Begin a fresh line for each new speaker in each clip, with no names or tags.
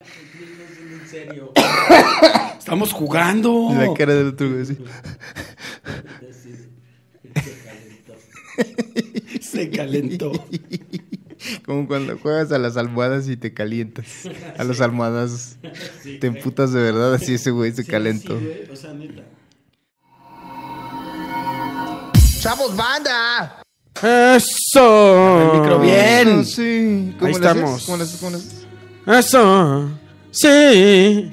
en serio.
Estamos jugando.
La cara del otro güey, sí.
Decir,
Se calentó.
Como cuando juegas a las almohadas y te calientas. A las almohadas te emputas de verdad, así ese güey se calentó.
o sea, neta.
¡Chavos, banda!
Eso. El micro bien.
Sí.
Ahí
le haces?
estamos.
¿Cómo le haces? ¿Cómo le haces?
Eso. Sí.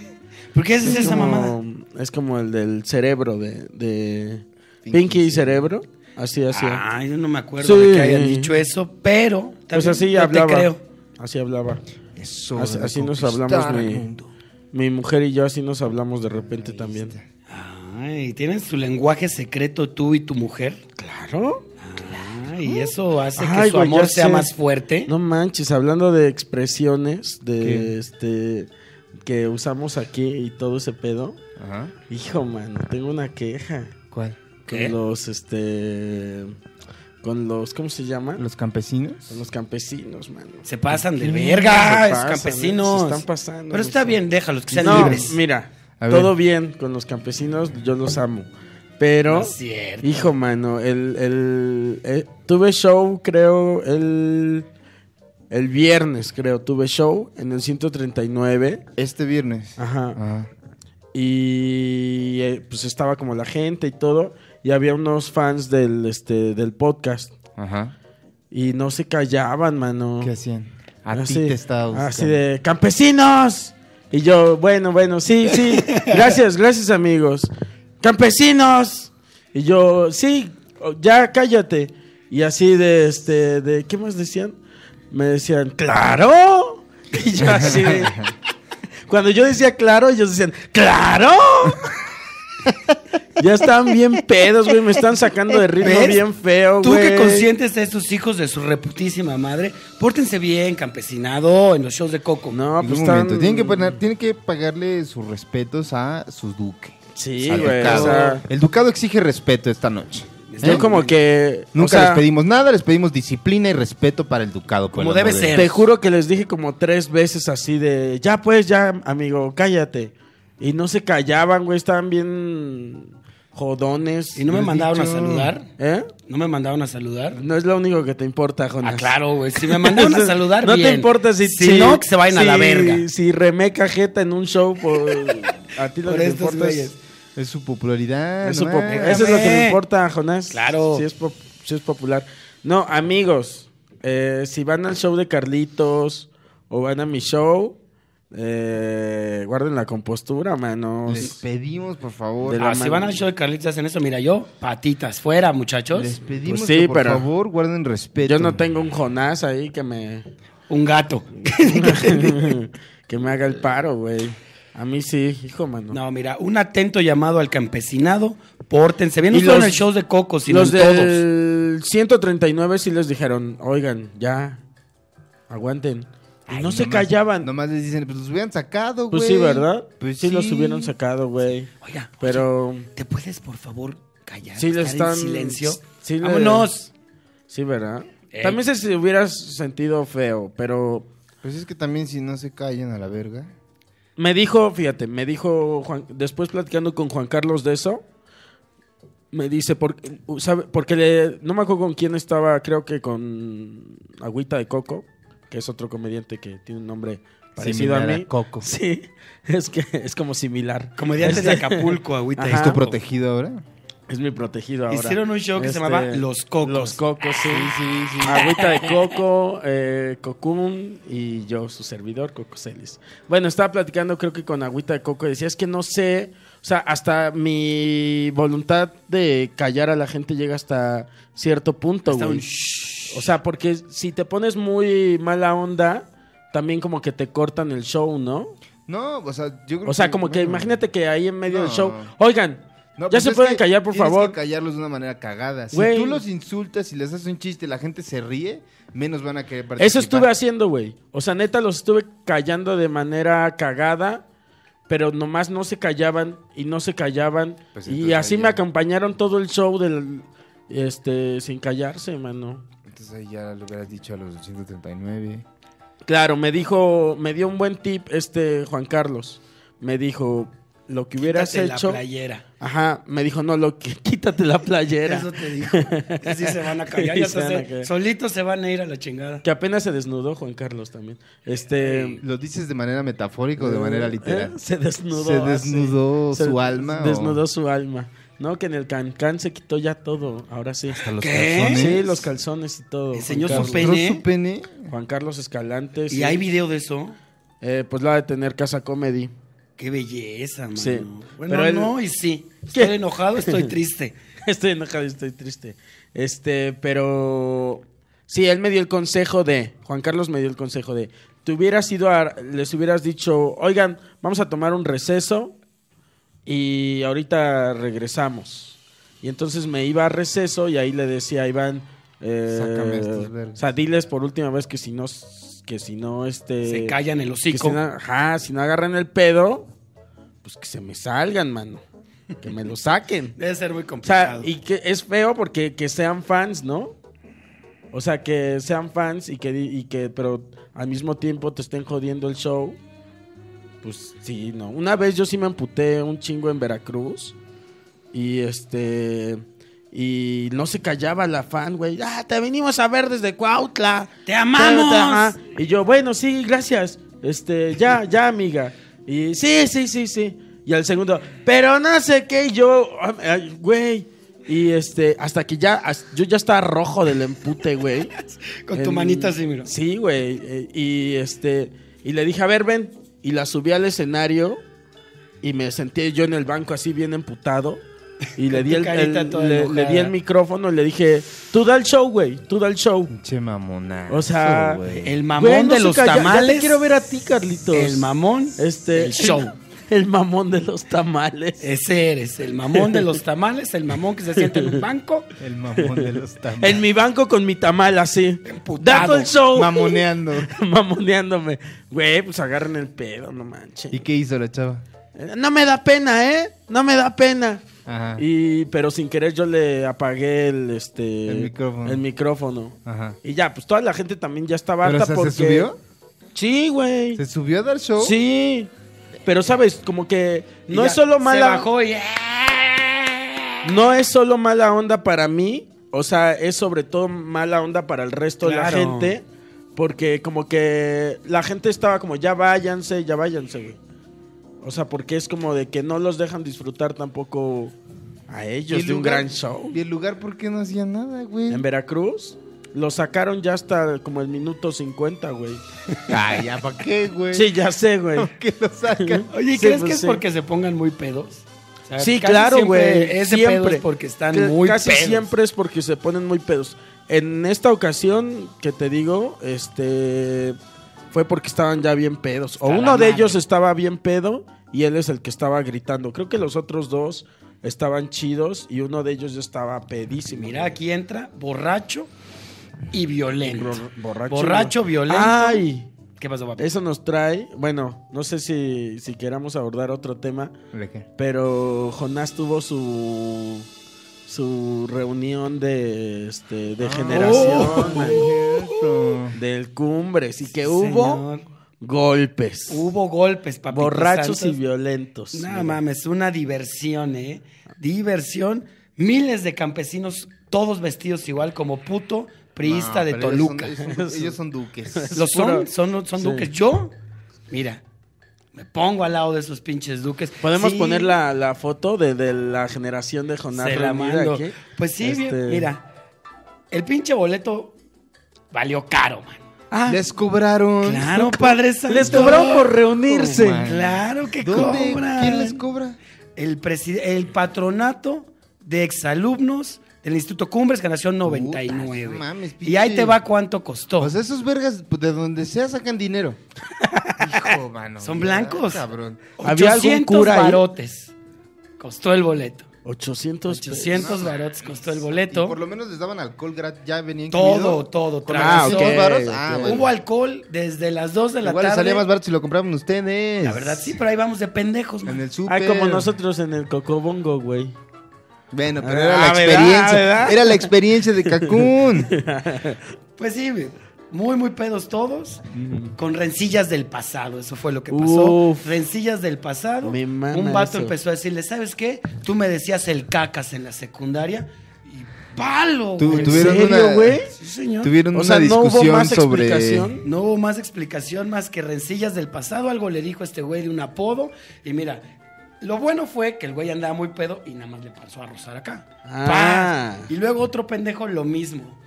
¿Por qué haces esa
Como-
mamada?
Es como el del cerebro de, de Pinky y cerebro. Así hacía.
Ay, Ah, yo no me acuerdo de
Sí.
que hayan dicho eso, pero también
pues así
no
hablaba.
te creo.
Así hablaba.
Es hora
Así-
de
así nos
conquistar
hablamos,
al
mi-
mundo.
Mi mujer y yo así nos hablamos de repente también.
Ay, ¿tienes tu lenguaje secreto tú y tu mujer?
Claro.
Ay, y eso hace que
Ay,
su
güey, ya
amor sea
sé.
más fuerte.
No manches, hablando de expresiones de
¿Qué?
este que usamos aquí y todo ese pedo.
Ajá.
Hijo, mano, tengo una queja
¿Cuál?
con
¿Qué?
los este con los ¿cómo se llama?
¿Los campesinos?
Con los campesinos, mano.
Se pasan de
Sí,
verga,
se
esos
pasan,
campesinos.
se están pasando,
Pero está
güey.
bien, déjalos, que sean
No,
libres.
mira,
A ver.
todo bien con los campesinos, yo los amo. Pero,
No es cierto.
hijo mano, el, el- eh, tuve show, creo, el, el viernes, creo, tuve show en el 139.
Este viernes.
Ajá.
Ajá.
Y eh, pues estaba como la gente y todo. Y había unos fans del, este, del podcast.
Ajá.
Y no se callaban, mano.
¿Qué hacían? A
Así-
ti te estaba buscando.
Así Ah, de, campesinos. Y yo, bueno, bueno, sí, sí. Gracias, gracias amigos. Campesinos. Y yo, sí, oh, ya cállate. Y así de, este, de, ¿qué más decían? Me decían, claro. Y yo así de- Cuando yo decía claro, ellos decían, claro. ya están bien pedos, güey. Me están sacando de ritmo
¿Ves?
bien feo,
Tú
güey.
que consientes a esos hijos de su reputísima madre, pórtense bien, campesinado, en los shows de Coco.
No,
En
pues
un
están...
momento, tienen, que poner- tienen que pagarle sus respetos a sus duque.
Sí,
al
güey.
ducado.
o sea,
El ducado exige respeto esta noche.
Yo como que...
¿Eh? Nunca
o sea,
les pedimos nada, les pedimos disciplina y respeto para el ducado. por
Como
el amor
debe
de
ser.
Te juro que les dije como tres veces así de... Ya pues, ya, amigo, cállate. Y no se callaban, güey. Estaban bien jodones.
Y no me
Lo has
mandaron a
dicho.
saludar.
¿Eh?
No me mandaron a saludar.
No es lo único que te importa, Jonas.
Ah, claro, güey. Si me mandaron a saludar,
No
bien.
te importa si...
Si no, que se vayan a la
si-
verga.
Si remeca jeta en un show por... A ti lo
Por
que te
estos
importa es...
güeyes.
Es su popularidad.
Eso,
no
po-
mames.
eso es lo que me importa, Jonás.
Claro.
Si es, pop- sí es popular. No, amigos, eh, si van al show de Carlitos o van a mi show, eh, guarden la compostura,
Les
manos.
pedimos, por favor.
De la
Ah, si van al show de Carlitos y hacen eso, mira yo, patitas fuera,
Les
muchachos.
pedimos
Pues sí,
que, por
pero-
favor, guarden respeto.
Yo no tengo un Jonás ahí que me,
Un gato.
que me haga el paro, güey. A mí sí, hijo, mano.
No, mira, un atento llamado al campesinado. Pórtense bien, no
Y
solo en
los-
el show de Coco, sino
Los
pues en todos.
del 139 sí les dijeron, oigan, ya, aguanten. Y no se callaban.
Nomás les dicen, pues los hubieran sacado, güey.
Pues sí, ¿verdad?
Pues
sí, los
sí.
hubieran sacado, güey.
Oiga,
Pero
¿te puedes, por favor, callar?
Pues, Sí, les
estar en
están-
silencio.
sí, le-
Vámonos.
sí, ¿verdad?
Ey.
Eh.
También se- se hubieras sentido feo, pero
Pues es que también si no se callan a la verga.
me dijo, fíjate, me dijo Juan, después platicando con Juan Carlos de eso, me dice, por, ¿sabe? porque le- no me acuerdo con quién estaba, creo que con Agüita de Coco, que es otro comediante que tiene un nombre parecido
Similar
a mí.
a Coco.
Sí, es que es como similar.
Comediantes de Acapulco, agüita.
Ajá.
¿Es tu protegido ahora?
Es mi protegido ahora.
Hicieron un show que se
Este,
llamaba Los Cocos. Ah,
Los Cocos, sí. Agüita de coco, eh, Cocum y yo, su servidor, Coco Celis. Bueno, estaba platicando creo que con Agüita de coco y decía, es que no sé, o sea, hasta mi voluntad de callar a la gente llega hasta cierto punto,
Hasta un
güey. O sea, porque si te pones muy mala onda, también como que te cortan el show, ¿no?
No, o sea, yo creo
O sea, como que
bueno.
imagínate que ahí en medio del
No.
show, oigan,
No,
ya
pues
se
es
pueden
que
callar, por
tienes
favor.
que callarlos de una manera cagada. Si
Güey.
tú los insultas y les haces un chiste y la gente se ríe, menos van a querer participar.
Eso estuve haciendo, güey. O sea, neta, los estuve callando de manera cagada, pero nomás no se callaban y no se callaban.
Pues
y
entonces
así
ahí
me
ya.
acompañaron todo el show del, este, sin callarse, mano.
Entonces ahí ya lo hubieras dicho a los 139.
Claro, me dijo, me dio un buen tip este Juan Carlos. Me dijo, lo que hubieras
Quítate
hecho.
La playera.
Ajá, me dijo, no, lo que quítate la playera.
Eso te dijo. Sí se van a callar.
Sí
ya
se van a
sé,
callar.
Solitos se van a ir a la chingada.
Que apenas se desnudó Juan Carlos también. Este.
¿Lo dices de manera metafórica o de manera literal?
eh, Se desnudó.
¿Se
así.
desnudó
Se
su alma o-
Desnudó su alma. No, que en el cancán se quitó ya todo. Ahora sí.
¿Hasta los
¿Qué?
calzones?
Sí, los calzones y todo.
Enseñó
Juan
su
Carlos.
¿Mostró su
pene.
pene?
Juan Carlos Escalante. sí.
¿Y hay video de eso?
Eh, pues la de tener casa comedy.
Qué belleza, mano.
Sí.
Bueno,
Pero él-
no, y sí.
¿Qué?
Estoy enojado, estoy triste.
Estoy enojado, y estoy triste. Este, pero sí, él me dio el consejo de, Juan Carlos me dio el consejo de, te hubieras ido a, les hubieras dicho, oigan, vamos a tomar un receso y ahorita regresamos. Y entonces me iba a receso y ahí le decía a Iván, eh,
Sácame estos verdes.
o sea, diles por última vez que si no, que si no, este...
Se callan el
Que si
hocico.
no, ajá, si no agarran el pedo, pues que se me salgan, mano. Que me lo saquen.
Debe ser muy
O sea,
complicado.
y que es feo porque que sean fans, ¿no? O sea, que sean fans y que, di- y que pero al mismo tiempo te estén jodiendo el show. Pues sí, no. Una vez yo sí me amputé un chingo en Veracruz. Y este. Y no se callaba la fan, güey. Ah, te venimos a ver desde Cuautla.
¡Te amamos!
Ajá. Y yo, bueno, sí, gracias. Este, ya, ya, amiga. Y sí, sí, sí, sí. Y al segundo, pero no sé qué, y yo, am- ay, güey. Y este, hasta que ya, as- yo ya estaba rojo del empute, güey.
Con tu
En-
manita así, mira.
Sí, güey. eh, Y este, y le dije, a ver, ven. Y la subí al escenario y me sentí yo en el banco así bien emputado. Y le
Con
di
tu
el,
carita
el-
toda
le, le di el
enojada.
micrófono y le dije, tú da el show, güey, tú da el show.
Che mamona.
O sea,
El mamón
Güey, no
de
se
los
calla- ya te
tamales.
quiero ver a ti, Carlitos.
El mamón.
Este,
El show.
El mamón de los tamales.
Ese eres, el mamón de los tamales, el mamón que se siente en un banco.
El mamón de los
En
tamales.
mi banco con mi tamal así.
Emputado.
Dando el show.
Mamoneando.
Mamoneándome. Güey, pues agarren el pedo, no manches.
¿Y qué hizo la chava?
Eh, No me da pena, ¿eh? No me da pena.
Ajá.
Y, pero sin querer yo le apagué el, este,
El micrófono.
el micrófono.
Ajá.
Y ya, pues toda la gente también ya estaba
¿Pero
harta
o sea,
porque...
se subió?
Sí, güey.
¿Se subió a dar show?
Sí. Pero, ¿sabes? Como que
Y
no
ya
es solo mala...
Se bajó y. ¡eh!
No es solo mala onda para mí, o sea, es sobre todo mala onda para el resto
Claro.
de la gente, porque como que la gente estaba como, ya váyanse, ya váyanse, güey. O sea, porque es como de que no los dejan disfrutar tampoco a
¿Y
ellos
el
de un
lugar-
gran show.
¿Y el lugar por qué no hacía nada, güey?
En Veracruz lo sacaron ya hasta como el minuto 50, güey.
Ay, ¿ya para qué, güey?
Sí, ya sé, güey.
¿Por qué lo sacan?
Oye,
Sí,
¿crees
pues,
que es
sí.
porque se pongan muy pedos? O sea,
Sí,
casi
claro,
siempre
güey.
Ese
siempre.
pedo es porque están
Cla-
muy
Casi
pedos.
siempre es porque se ponen muy pedos. En esta ocasión que te digo, este fue porque estaban ya bien pedos. O
Hasta la
uno de
madre.
ellos estaba bien pedo y él es el que estaba gritando. Creo que los otros dos estaban chidos y uno de ellos ya estaba pedísimo.
Mira, aquí entra borracho y violento.
Bor- borracho.
Borracho, violento.
Ay,
¿Qué pasó, papi?
eso nos trae, bueno, no sé si si queramos abordar otro tema,
¿De qué?
Pero Jonás tuvo su su reunión de este
Ah.
de
Oh,
generación man,
Eso.
del cumbres y que
Oh. Sí,
hubo
señor.
golpes,
Hubo golpes, papi.
borrachos y violentos.
No
Mira.
mames, una diversión, ¿eh? Diversión. Miles de campesinos, todos vestidos igual como puto priista
No,
de
pero
Toluca.
Ellos son, ellos son- ellos son duques.
Los son,
Puro-
son, son
sí.
duques. Yo, mira, me pongo al lado de esos pinches duques.
Podemos
Sí,
poner la, la foto de, de la generación de Jonás
se la
reunida
mando.
aquí.
Pues sí,
Este-
bien, mira, el pinche boleto valió caro, man.
Ah,
Les cobraron.
Claro, padre santo. Oh,
les cobraron por reunirse.
man.
Claro que
¿Dónde?
cobran.
¿Quién les cobra?
el, presi- el patronato de exalumnos del Instituto Cumbres, generación 99.
no mames,
y ahí
pinche.
te va cuánto costó.
Pues esos vergas pues, de donde sea sacan dinero. Hijo, mano.
Son
mira,
blancos.
Cabrón.
¿Había algún
800
cura ahí?
barotes costó el boleto.
800 pesos.
800 barotes costó el
Y por
boleto.
lo menos les daban alcohol gratis, ya venía
Todo,
incluido.
todo,
¿Con
Ah,
trago.
ok.
800 varos? Ah,
ok.
bueno.
Hubo alcohol desde las 2 de la
Igual les
tarde.
salía más barato si lo compraban ustedes.
la verdad, sí, pero ahí vamos de pendejos, man.
En el
Ah,
súper.
como nosotros en el Cocobongo, güey.
Bueno, pero
Ah,
era la
¿verdad?
experiencia.
¿verdad?
Era la experiencia de Cancún.
Pues sí, güey. muy, muy pedos todos, con rencillas del pasado. Eso fue lo que pasó.
Mm. Uf.
rencillas del pasado.
Me mama
Un vato
eso.
empezó a decirle, ¿sabes qué? Tú me decías el cacas en la secundaria y palo.
Tu-
güey".
tuvieron
serio,
una-
güey?
Sí, señor.
Tuvieron
O
una
sea, ¿no hubo
discusión
más
sobre.
explicación?
No hubo más explicación más que rencillas del pasado. Algo le dijo este güey de un apodo. Y mira, lo bueno fue que el güey andaba muy pedo y nada más le pasó a rozar acá.
Ah.
¡Pah! Y luego otro pendejo lo mismo.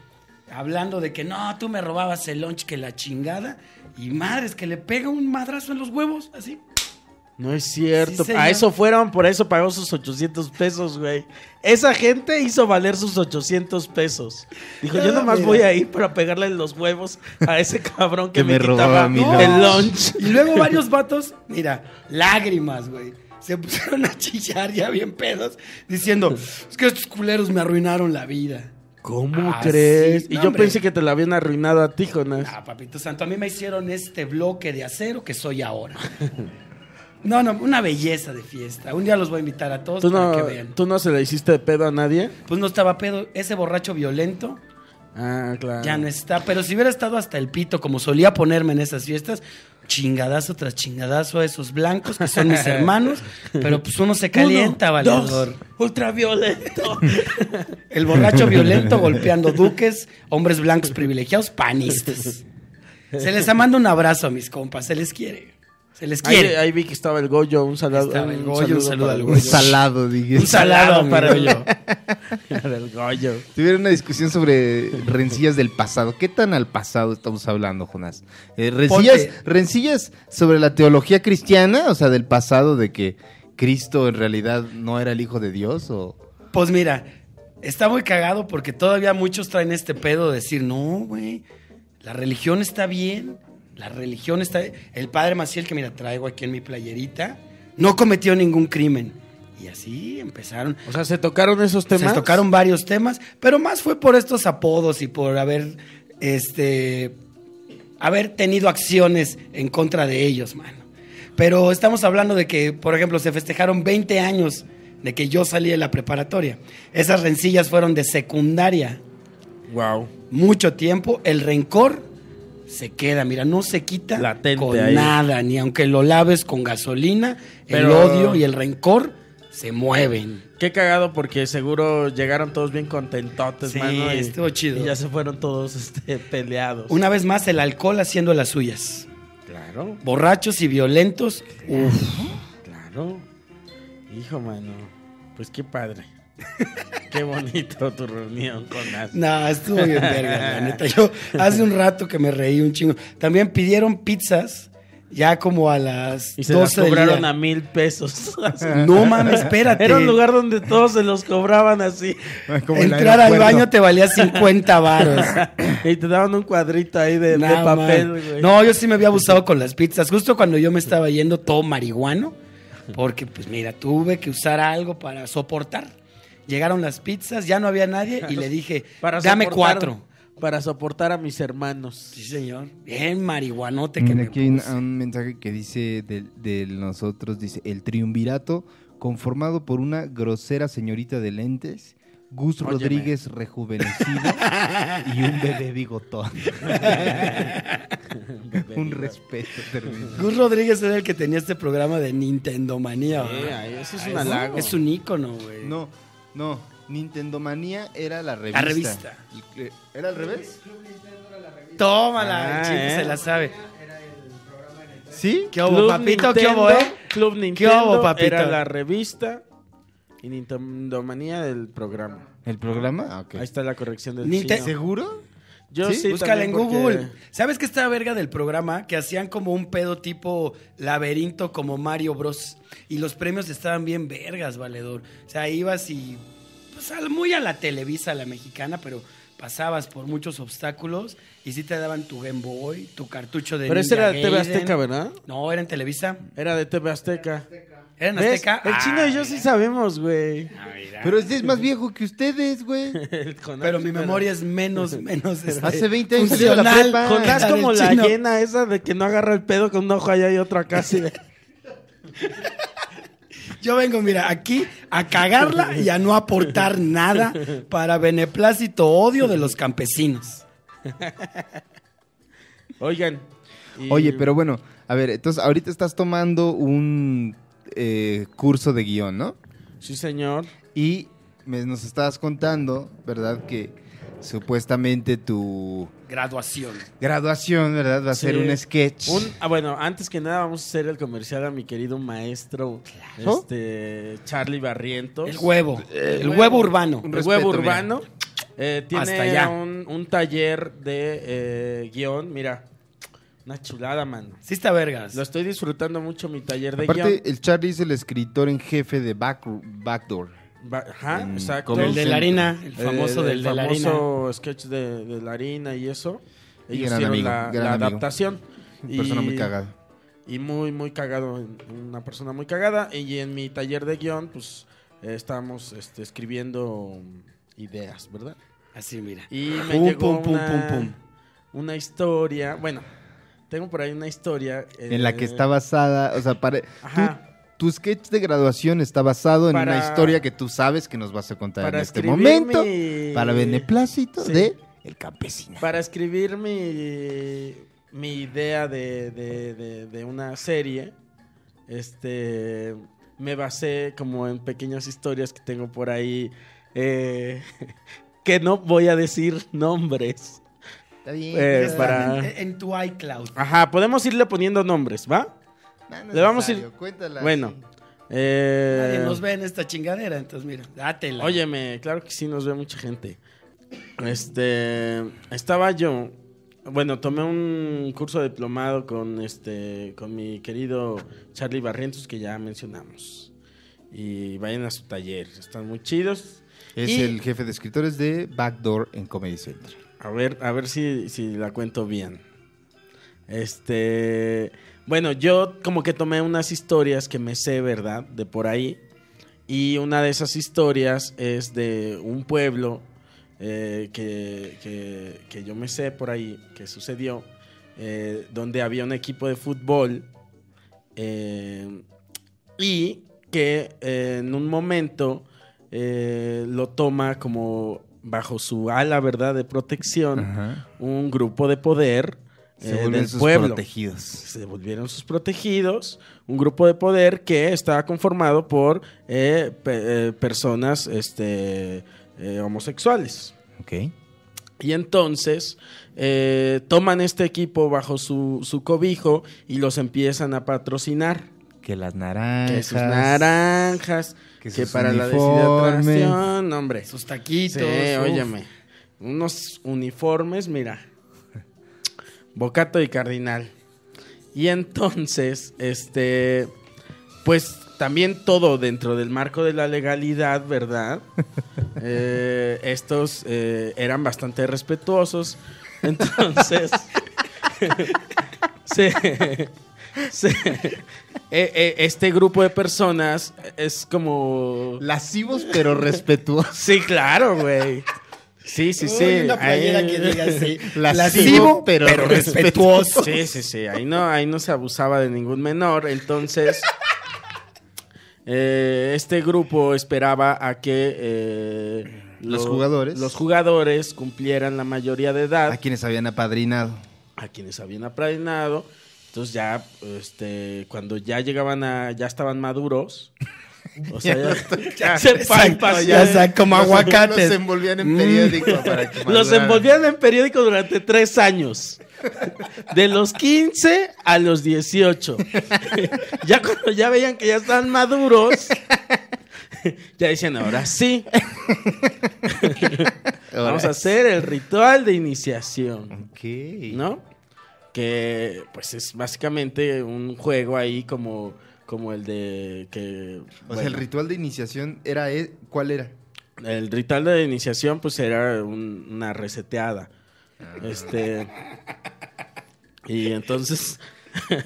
Hablando de que no, tú me robabas el lunch que la chingada. Y madres, que le pega un madrazo en los huevos, así.
No es cierto.
Sí,
a
señor.
eso fueron, por eso pagó sus 800 pesos, güey. Esa gente hizo valer sus 800 pesos. Dijo, yo
Ah,
nomás
mira.
voy a ir para pegarle los huevos a ese cabrón que,
Que
me,
me robaba
quitaba
mi
el
lunch.
lunch.
Y luego varios vatos, mira, lágrimas, güey. Se pusieron a chillar ya bien pedos, diciendo, es que estos culeros me arruinaron la vida.
¿Cómo
Ah,
crees?
sí,
y
no,
yo
hombre.
pensé que te la habían arruinado a ti, Jonas.
Ah, papito santo, a mí me hicieron este bloque de acero que soy ahora. No, no, una belleza de fiesta. Un día los voy a invitar a todos
¿Tú,
para
no,
que vean.
¿Tú no se le hiciste de pedo a nadie?
Pues no estaba pedo, ese borracho violento
Ah, claro.
ya no está. Pero si hubiera estado hasta el pito, como solía ponerme en esas fiestas, chingadazo tras chingadazo a esos blancos que son mis hermanos. Pero pues uno se calienta,
Uno,
valedor.
dos, ultraviolento.
El borracho violento golpeando duques, hombres blancos privilegiados, panistas. Se les manda un abrazo a mis compas, se les quiere. Se les
ahí,
quiere.
ahí vi que estaba el Goyo, un salado.
Estaba el Goyo, un saludo
para
al
el
Un
Goyo.
salado, dije.
Un salado para
mi
ello.
Para el Goyo.
Tuvieron una discusión sobre rencillas del pasado. ¿Qué tan al pasado estamos hablando, Jonás? Eh, rencillas,
Ponte.
rencillas sobre la teología cristiana, o sea, del pasado de que Cristo en realidad no era el hijo de Dios o
Pues mira, está muy cagado porque todavía muchos traen este pedo de decir, no, güey, la religión está bien, la religión está bien". El padre Maciel, que mira, traigo aquí en mi playerita, no cometió ningún crimen. Y así empezaron.
O sea, se tocaron esos temas.
Se tocaron varios temas, pero más fue por estos apodos y por haber, este, haber tenido acciones en contra de ellos, mano. Pero estamos hablando de que, por ejemplo, se festejaron 20 años de que yo salí de la preparatoria. Esas rencillas fueron de secundaria,
Wow.
mucho tiempo. El rencor se queda, mira, no se quita
Latente
con
ahí.
nada, ni aunque lo laves con gasolina, el
Pero-
odio y el rencor se mueven.
Qué cagado porque seguro llegaron todos bien contentotes,
Sí,
mano. y-
estuvo chido.
Y ya se fueron todos este, peleados.
Una vez más, el alcohol haciendo las suyas.
Claro,
Borrachos y violentos. Uf.
claro. Hijo, mano. Pues qué padre. qué bonito tu reunión con las...
No, estuvo bien verga, la neta. Yo hace un rato que me reí un chingo. También pidieron pizzas ya como a las
Y se
12
las
del
cobraron
día.
a mil pesos.
No mames, espérate.
Era un lugar donde todos se los cobraban así.
Ah, como el
Entrar al
aeropuerto.
baño te valía 50 varos.
y te daban un cuadrito ahí de, de
Nah,
papel,
man.
güey.
No, yo sí me había abusado con las pizzas. Justo cuando yo me estaba yendo todo marihuano, porque pues mira, tuve que usar algo para soportar. Llegaron las pizzas, ya no había nadie y le dije, dame
soportar-
cuatro.
Para soportar a mis hermanos.
Sí, señor. Bien marihuanote que
Mira,
me
aquí ah, hay un,
puse.
un mensaje que dice de, de nosotros, dice, el triunvirato conformado por una grosera señorita de lentes, Gus
Óyeme.
Rodríguez rejuvenecido y un bebé bigotón. un respeto terrible.
Gus Rodríguez era el que tenía este programa de Nintendo Manía.
Sí,
¿verdad?
ay, eso es
Ay,
un halago.
Es un ícono, güey.
No, no, Nintendo Manía era la revista.
revista.
Eh, ¿Era al revés?
Tómala,
Ah,
el chico
¿eh?
se la sabe.
¿Sí?
¿Qué hubo,
Club
papito? ¿Qué
Nintendo-
hubo, eh?
Club Nintendo
hubo, papito?
era la revista y Nintendo Manía del programa.
¿El programa? Ah, ok.
Ahí está la corrección del
Ninte-
chino.
¿Seguro?
Yo
¿Sí?
sí,
Búscala en
también, porque-
Google. ¿Sabes qué está verga del programa? Que hacían como un pedo tipo laberinto como Mario Bros. Y los premios estaban bien vergas, valedor. O sea, ibas y... pues, al- muy a la Televisa, a la mexicana, pero pasabas por muchos obstáculos y sí te daban tu Game Boy, tu cartucho de
Pero ese
Ninja
era de TV
Gaiden.
Azteca, ¿verdad?
No, era en Televisa.
Era de TV Azteca.
Era en
¿Ves?
Azteca.
El chino y yo
Ah,
sí sabemos, güey.
mira, mira.
Pero este es más viejo que ustedes, güey.
El Jonás
Pero mi
primero.
memoria es menos, menos. este,
Hace 20 años que iba a la
funcional.
prepa.
Con
Jonás
la
como
del
la
chino.
llena esa de que no agarra el pedo con un ojo allá y otro acá. así de-
Yo vengo, mira, aquí a cagarla y a no aportar nada para beneplácito odio de los campesinos.
Oigan. y-
Oye, pero bueno, a ver, entonces ahorita estás tomando un eh, curso de guión, ¿no?
Sí, señor.
Y me- nos estabas contando, ¿verdad? Que supuestamente tu
Graduación.
graduación, ¿verdad? Va a ser
Sí.
un sketch.
Un- ah, bueno, antes que nada vamos a hacer el comercial a mi querido maestro,
Claro.
este Charlie Barrientos.
El huevo. El
huevo.
huevo urbano.
Un
El
respeto,
huevo
mira.
urbano. eh,
Hasta
tiene
allá.
un, un taller de eh, guión. Mira, una chulada, mano.
Sí está vergas.
Lo estoy disfrutando mucho mi taller de
Aparte,
guión.
el Charlie es el escritor en jefe de Back- Backdoor.
Va- Ajá,
en
exacto.
Comedy
Mm, el de la harina. El famoso
Eh,
del de la harina.
famoso sketch de, de la harina y eso.
Y
Ellos
gran
hicieron
amigo,
la,
gran
la
amigo.
adaptación.
Una persona
Y-
muy cagada.
Y muy, muy cagado. en- Una persona muy cagada. Y en mi taller de guión, pues, eh, estábamos este, escribiendo ideas, ¿verdad?
Así, mira.
Y me
Pum,
llegó
pum, pum,
una,
pum, pum.
una historia. Bueno, tengo por ahí una historia. eh,
En la que está basada, o sea, para,
Ajá.
tu, tu sketch de graduación está basado en
Para-
una historia que tú sabes que nos vas a contar en
para
este
escribir
momento.
mi-
Para beneplácito
Sí.
de El Campesino.
Para escribir mi, mi idea de, de- de- de una serie, este, me basé como en pequeñas historias que tengo por ahí, eh, que no voy a decir nombres.
Está bien.
Eh,
Ya está
para-
en, en tu iCloud.
Ajá, podemos irle poniendo nombres, ¿va? le vamos a ir- Bueno, eh,
Nadie nos ve en esta chingadera, entonces mira, dátela.
Óyeme, claro que sí nos ve mucha gente. Este, estaba yo, bueno, tomé un curso de diplomado con este con mi querido Charlie Barrientos que ya mencionamos. Y vayan a su taller, están muy chidos.
Es
Y-
el jefe de escritores de Backdoor en Comedy Central.
A ver, a ver si, si la cuento bien. Este. Bueno, yo como que tomé unas historias que me sé, ¿verdad? De por ahí. Y una de esas historias es de un pueblo eh, que, que- que yo me sé por ahí, que sucedió, eh, donde había un equipo de fútbol eh, y que eh, en un momento eh, lo toma como bajo su ala, ¿verdad?, de protección
Ajá.
un grupo de poder
Se
eh,
vuelven
del
sus
pueblo.
protegidos.
Se volvieron sus protegidos, un grupo de poder que estaba conformado por eh, pe- eh, personas este, eh, homosexuales.
Ok.
Y entonces eh, toman este equipo bajo su, su cobijo y los empiezan a patrocinar.
Que las naranjas.
Que sus naranjas,
que
que,
sus
para la
uniformes.
deshidratación, hombre.
Sus taquitos.
Sí,
uf.
óyeme. Unos uniformes, mira. Bocato y Cardinal. Y entonces, este. Pues también todo dentro del marco de la legalidad, ¿verdad? Eh, estos eh, eran bastante respetuosos. Entonces. se- se- eh, eh, este grupo de personas es como.
Lascivos pero respetuosos.
Sí, claro, güey. Sí, sí,
Uy,
sí.
Una playera
Ahí-
que diga así.
Lascivo,
Lascivo,
pero
pero,
respetuoso.
respetuoso.
Sí, sí, sí. Ahí no, ahí no se abusaba de ningún menor. Entonces, eh, este grupo esperaba a que eh,
Los
lo-
jugadores.
los jugadores cumplieran la mayoría de edad
A quienes habían apadrinado.
a quienes habían apadrinado. Entonces ya, este, cuando ya llegaban a, ya estaban maduros. O sea, ya, ya se
Exacto,
pa-
ya sa- como
Los-
aguacates.
Los envolvían en
Mm.
periódico para que
Los
maduraran.
envolvían en periódico durante tres años. De los 15 a los 18. Ya cuando ya veían que ya están maduros, ya decían, ahora sí,
Ahora
vamos a
es-
hacer el ritual de iniciación,
Ok.
¿no? Que pues es básicamente un juego ahí como, como el de que...
O sea, Pues, el
bueno,
ritual de iniciación era. e- ¿Cuál era?
El ritual de iniciación, pues era un- una reseteada. Este. Y entonces.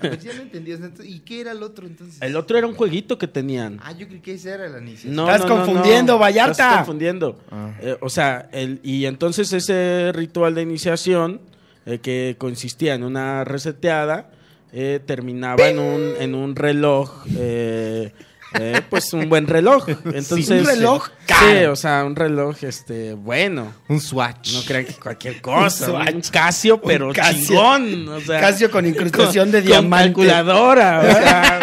Pues ya lo entendí. o sea, entonces- ¿Y qué era el otro entonces?
El otro era un jueguito que tenían.
Ah, yo creí que ese era la iniciación.
No,
Estás
no, no, no.
confundiendo, Vallarta.
Estás confundiendo.
Ah.
Eh, o sea, el, y entonces ese ritual de iniciación, eh, que consistía en una reseteada, eh, terminaba en un, en un reloj eh, eh, pues un buen reloj. Entonces,
Sí, un reloj
eh, Sí,
caro.
o sea, un reloj este bueno.
Un swatch.
No crean que cualquier cosa.
Un
un,
Swatch.
Casio, pero
Un Casio.
chingón. O sea,
Casio con incrustación de
con
diamante.
calculadora. O sea,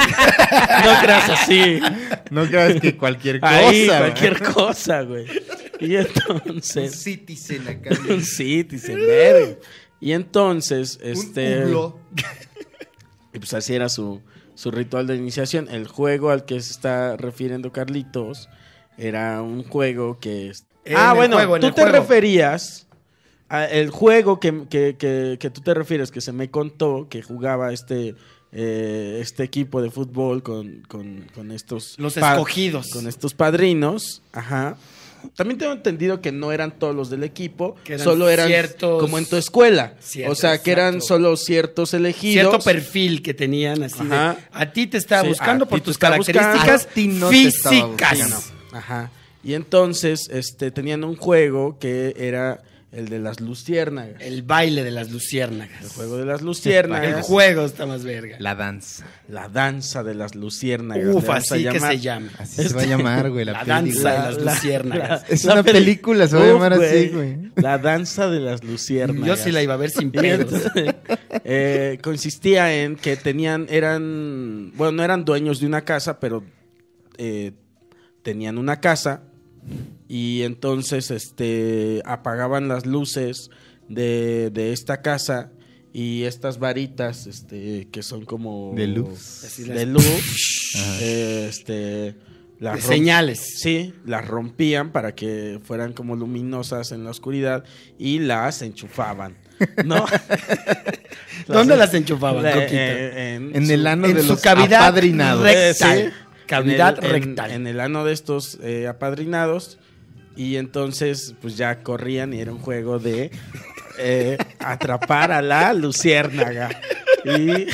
no creas así.
No creas que cualquier cosa.
Ahí,
güey.
cualquier cosa, güey. Y entonces.
Citizen acá.
Un Citizen, verga. Y entonces, este. Y pues así era su, su ritual de iniciación. El juego al que se está refiriendo Carlitos era un juego que... es-
En
ah,
el
bueno,
juego, en
tú
el
te
juego.
referías a el juego que, que- que- que tú te refieres, que se me contó que jugaba este, eh, este equipo de fútbol con, con- con estos...
Los
pa-
escogidos.
Con estos padrinos, ajá. También tengo entendido que no eran todos los del equipo,
Que eran
solo eran
ciertos-
como en tu escuela.
Cierto,
o sea, que eran
exacto.
solo ciertos elegidos.
Cierto perfil que tenían así de,
Ajá.
a ti te estaba
Sí,
buscando
a
por
ti te
tus
estaba buscando.
características
A ti no te estaba
físicas.
buscando.
Ajá. Y entonces, este, tenían un juego que era el de las luciérnagas. El,
El baile de las luciérnagas. El juego,
juego de las
el
luciérnagas.
juego está más verga.
La danza.
la danza de las luciérnagas.
Uf,
le vamos a
así que
llamar.
se llama.
Así se va a llamar, güey, Este, la,
La
película.
danza de las
La-
luciérnagas.
Es una
peli-
película, se va a
Uf,
llamar así, güey.
La danza de las luciérnagas.
Yo sí la iba a ver sin
Y
pedos.
entonces, eh, consistía en que tenían, eran, bueno, no eran dueños de una casa, pero eh, tenían una casa y entonces este, apagaban las luces de, de esta casa y estas varitas este, que son como...
De luz.
Así
de
las-
luz, eh, este, las
De
rom-
señales.
Sí, las rompían para que fueran como luminosas en la oscuridad y las enchufaban, ¿no?
¿Dónde las enchufaban,
La-
Coquito?
eh, en,
En
su-
el ano
en
de
su
los
cavidad
apadrinados.
Eh,
rectal.
sí.
Cavidad
En el- en-
rectal.
En, el ano de estos eh, apadrinados. Y entonces, pues ya corrían y era un juego de eh, atrapar a la luciérnaga. Y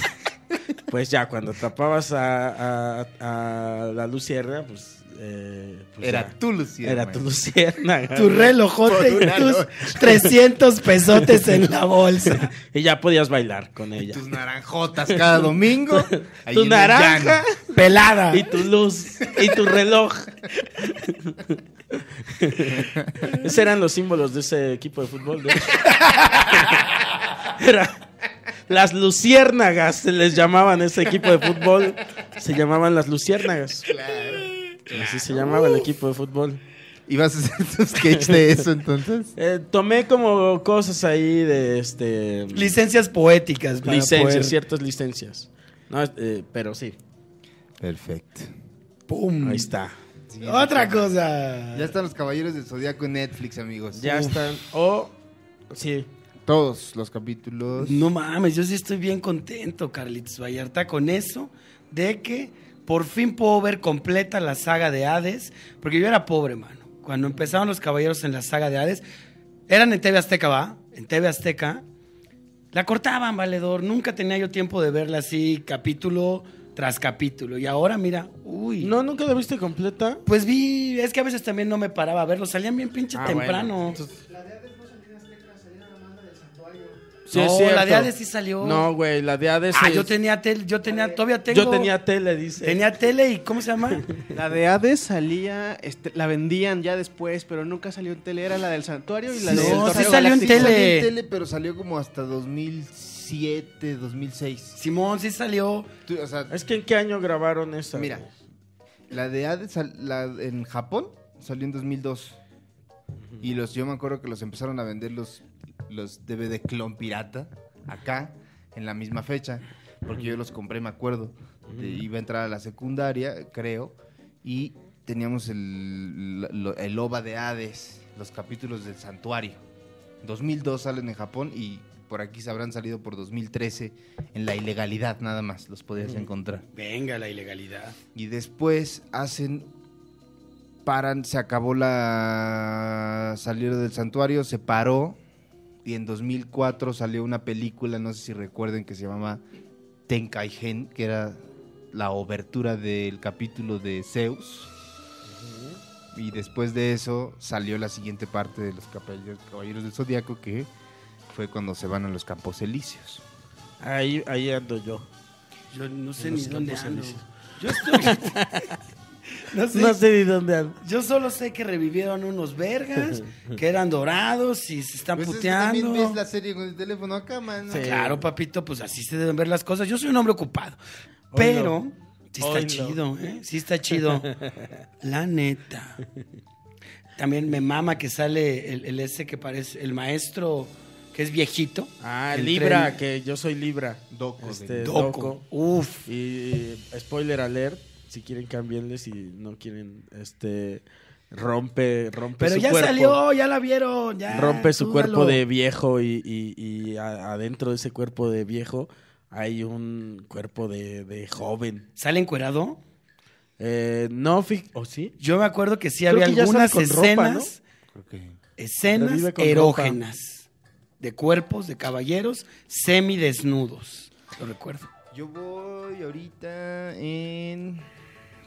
pues ya, cuando atrapabas a, a- a la luciérnaga, pues. eh, pues
Era
ya.
tu Lucía.
Era tu luciérnaga.
Tu relojote
Por
y
una
tus
noche.
300 pesotes en la bolsa.
Y ya podías bailar con ella.
Tus naranjotas cada domingo. ahí
Tu
en el
naranja
llano.
Pelada.
y tu luz y tu reloj. Esos eran los símbolos de ese equipo de fútbol. ¿no? Era- las luciérnagas se les llamaban a ese equipo de fútbol. Se llamaban las luciérnagas. Así se llamaba
Uh,
el equipo de fútbol.
¿Ibas a hacer tu sketch de eso entonces?
Eh, tomé como cosas ahí de este
Licencias poéticas. para
licencias,
poder-
ciertas licencias. No, eh, pero sí,
Perfecto.
¡Pum!
ahí está.
Otra cosa.
Ya están los Caballeros del Zodíaco en Netflix, amigos.
Ya
Uf.
están. O ah, sí,
Todos los capítulos.
No mames, yo sí estoy bien contento, Carlitos Vallarta, con eso de que por fin puedo ver completa la saga de Hades, porque yo era pobre, mano. Cuando empezaron los caballeros en la saga de Hades, eran en TV Azteca, ¿va? En TV Azteca. La cortaban, valedor. Nunca tenía yo tiempo de verla así, capítulo tras capítulo. Y ahora, mira, uy.
No, nunca la viste completa.
Pues vi, es que a veces también no me paraba a verlo. Salían bien pinche
Ah,
temprano. No,
bueno. es cierto.
la de Hades sí salió.
No, güey, la de Hades.
ah,
es-
yo tenía tele, yo tenía, todavía tengo.
Yo tenía tele, dice.
Tenía tele y ¿cómo se llama?
La de Hades salía, este, la vendían ya después, pero nunca salió en tele. Era la del santuario y la
No,
del
sí
santuario
salió en
galáctico.
tele.
Salió en tele, pero salió como hasta 2007, 2006.
Simón sí salió.
Tú, o sea,
Es que en qué año grabaron esa.
mira,
güey?
la de Hades sal- la, en Japón salió en 2002. Y los, yo me acuerdo que los empezaron a vender los, los DVD clon pirata acá, en la misma fecha. Porque yo los compré, me acuerdo. De- iba a entrar a la secundaria, creo. Y teníamos el, lo- el OVA de Hades, los capítulos del santuario. 2002 salen en Japón y por aquí se habrán salido por 2013 en la ilegalidad nada más, los podías encontrar.
Venga la ilegalidad.
Y después hacen. Paran, se acabó la. Salir del santuario, se paró. Y en 2004 salió una película, no sé si recuerden, que se llamaba Tenkaigen, que era la obertura del capítulo de Zeus. Y después de eso salió la siguiente parte de los Caballeros, Caballeros del Zodiaco, que fue cuando se van a los Campos Elíseos.
Ahí, ahí ando yo.
Yo no sé
En
ni
los
dónde
Campos
ando.
Elíseos.
Yo estoy No sé.
No sé ni dónde ando.
Yo solo sé que revivieron unos vergas, que eran dorados y se están
Pues es que
puteando.
también ves la serie con el teléfono acá, mano.
Sí.
Claro, papito, pues así se deben ver las cosas. Yo soy un hombre ocupado.
Oílo.
Pero sí está
Oílo.
chido, ¿eh? Sí está chido. La neta. También me mama que sale el, el ese que parece el maestro que es viejito.
Ah,
El
Libra,
tren.
que yo soy Libra.
Doco,
Este,
de-
Doco.
Doco. Uf.
Y spoiler alert, si quieren cambiarle, si no quieren, este, rompe, rompe
Pero
su
ya
cuerpo.
salió, ya la vieron. ya,
rompe su
tú
cuerpo
dalo.
de viejo y, y- y a- adentro de ese cuerpo de viejo hay un cuerpo de, de joven.
¿Sale encuerado?
Eh, no, fi- ¿o sí?
Yo me acuerdo que sí
Creo
había
que ya sale
algunas
con ropa,
escenas.
¿no?
Creo que-
Pero
escenas
vive con
erógenas de cuerpos de caballeros semidesnudos. Lo recuerdo.
Yo voy ahorita en.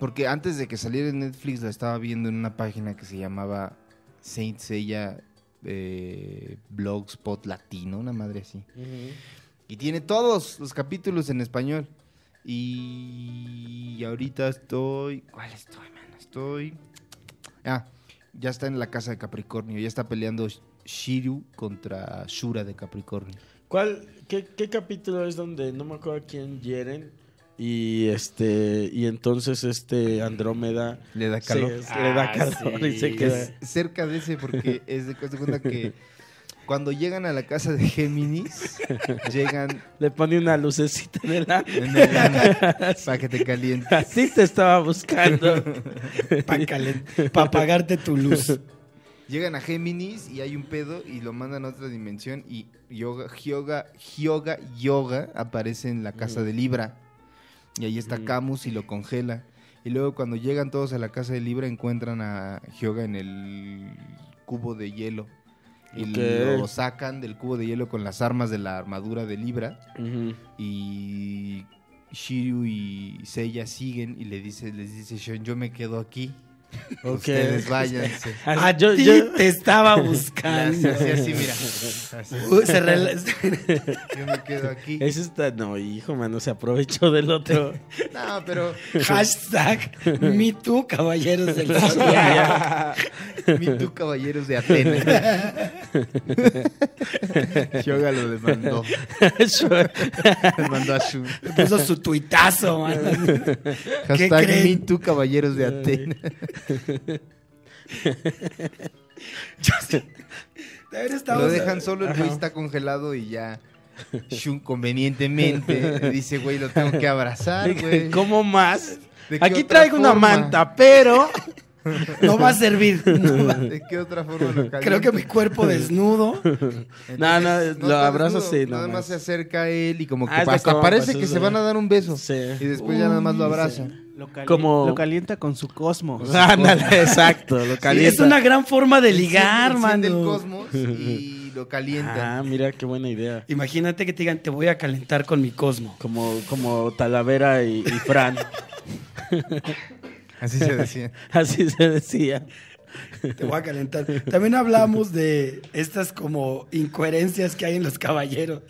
Porque antes de que saliera en Netflix la estaba viendo en una página que se llamaba Saint Seiya eh, Blogspot Latino, una madre así. Y tiene todos los capítulos en español. Y ahorita estoy. ¿Cuál estoy, mano? Estoy. Ah, ya está en la casa de Capricornio. Ya está peleando Sh- Shiryu contra Shura de Capricornio.
¿Cuál, qué, qué capítulo es donde no me acuerdo a quién hieren? Y este, y entonces este Andrómeda
Le da
se-
calor.
se le da calor y se
que
queda.
es cerca de ese porque es de haz de cuenta que cuando llegan a la casa de Géminis, llegan
Le pone una lucecita delante.
en el- para que te calientes.
Así te estaba buscando.
Para apagarte tu luz.
Llegan a Géminis y hay un pedo y lo mandan a otra dimensión y yoga, yoga, yoga, yoga aparece en la casa de Libra. Y ahí está Camus y lo congela. Y luego cuando llegan todos a la casa de Libra encuentran a Yoga en el cubo de hielo. Y
Ok.
lo sacan del cubo de hielo con las armas de la armadura de Libra.
Ujú.
Y Shiryu y Seiya siguen y le dice, les dice Shon, yo me quedo aquí.
Ok.
Ustedes váyanse.
Ah,
A
yo-
ti
yo-
te estaba
Y
buscando.
hace así, así, mira. Así.
Uy, se rela-
Yo me quedo aquí.
Ese está, no, hijo, mano, se aprovechó del otro.
No, pero
Hashtag me too, caballeros del
mi tú, caballeros de Atenas. Yoga lo demandó. Demandó a su.
Puso su tuitazo, man.
Hashtag
creen?
mi tú, caballeros de Atenas.
Yo sí. De haber estado-
Lo dejan solo, el güey está congelado y ya. Shun convenientemente le dice, güey, lo tengo que abrazar, güey.
¿Cómo más?
¿De qué
Aquí
otra
traigo una
forma?
manta, pero
No va a servir. No va-
¿De qué otra forma lo
Creo que mi cuerpo desnudo.
No, no, lo
está
abrazo
desnudo,
así,
Nada
nomás.
más se acerca a él y como que
Ah, es de
hasta
compas,
parece que
es
se
de-
van a dar un beso.
Sí.
Y después ya nada más lo abraza.
Lo, cali-
Como-
lo calienta con su cosmos.
ándale, exacto, lo calienta.
Es una gran forma de ligar,
Enciende el
mano.
cosmos y lo calienta.
Ah, mira qué buena idea.
Imagínate que te digan, te voy a calentar con mi cosmo.
Como, como Talavera y, y Fran.
Así se decía.
Así se decía.
Te voy a calentar. También hablamos de estas como incoherencias que hay en los caballeros,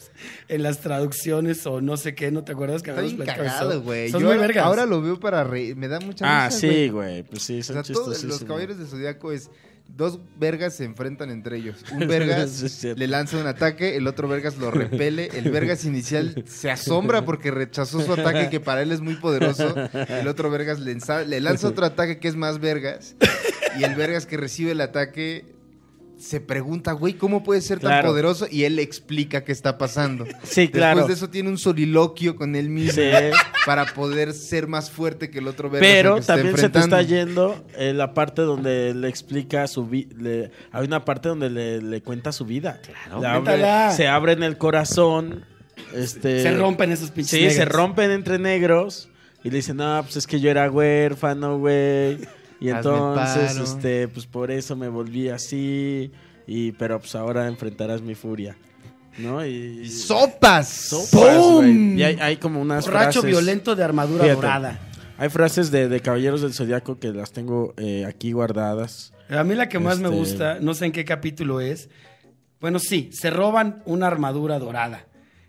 en las traducciones o no sé qué, ¿no te acuerdas que
Está
habíamos
bien
platicado eso?
cagado, güey.
Son
Yo
muy
ahora-
vergas.
Ahora lo veo para reír. Me da mucha
Ah,
risa,
sí,
güey.
güey. Pues sí,
O
son
sea, todos
chistosísimos.
los caballeros de Zodíaco es dos vergas se enfrentan entre ellos. Un vergas
Eso es cierto.
le lanza un ataque, el otro vergas lo repele, el vergas inicial se asombra porque rechazó su ataque que para él es muy poderoso, el otro vergas le, ensa- le lanza otro ataque que es más vergas y el vergas que recibe el ataque se pregunta, güey, ¿cómo puede ser tan
Claro.
poderoso? Y él le explica qué está pasando.
Sí, claro.
Después de eso tiene un soliloquio con él mismo
Sí.
para poder ser más fuerte que el otro vergas. al
Pero
que está
también se te está
enfrentando.
yendo eh, la parte donde le explica su vida. Hay una parte donde le, le cuenta su vida. Claro.
Cuéntala.
se abre en el corazón. Este,
se rompen esos pinches.
Sí, se
negros.
rompen entre negros. Y le dicen, no, pues es que yo era huérfano, güey.
Hazme
Y
el
entonces,
paro.
este, pues por eso me volví así. Y, pero pues ahora enfrentarás mi furia. ¿No? Y.
Y sopas.
sopas,
¡Pum!
güey. Y hay, hay como unas
Borracho
frases.
violento de armadura
Fíjate.
dorada.
Hay frases de, de Caballeros del Zodiaco que las tengo eh, aquí guardadas.
A mí la que más me
Este-
gusta, no sé en qué capítulo es. Bueno, sí, se roban una armadura dorada.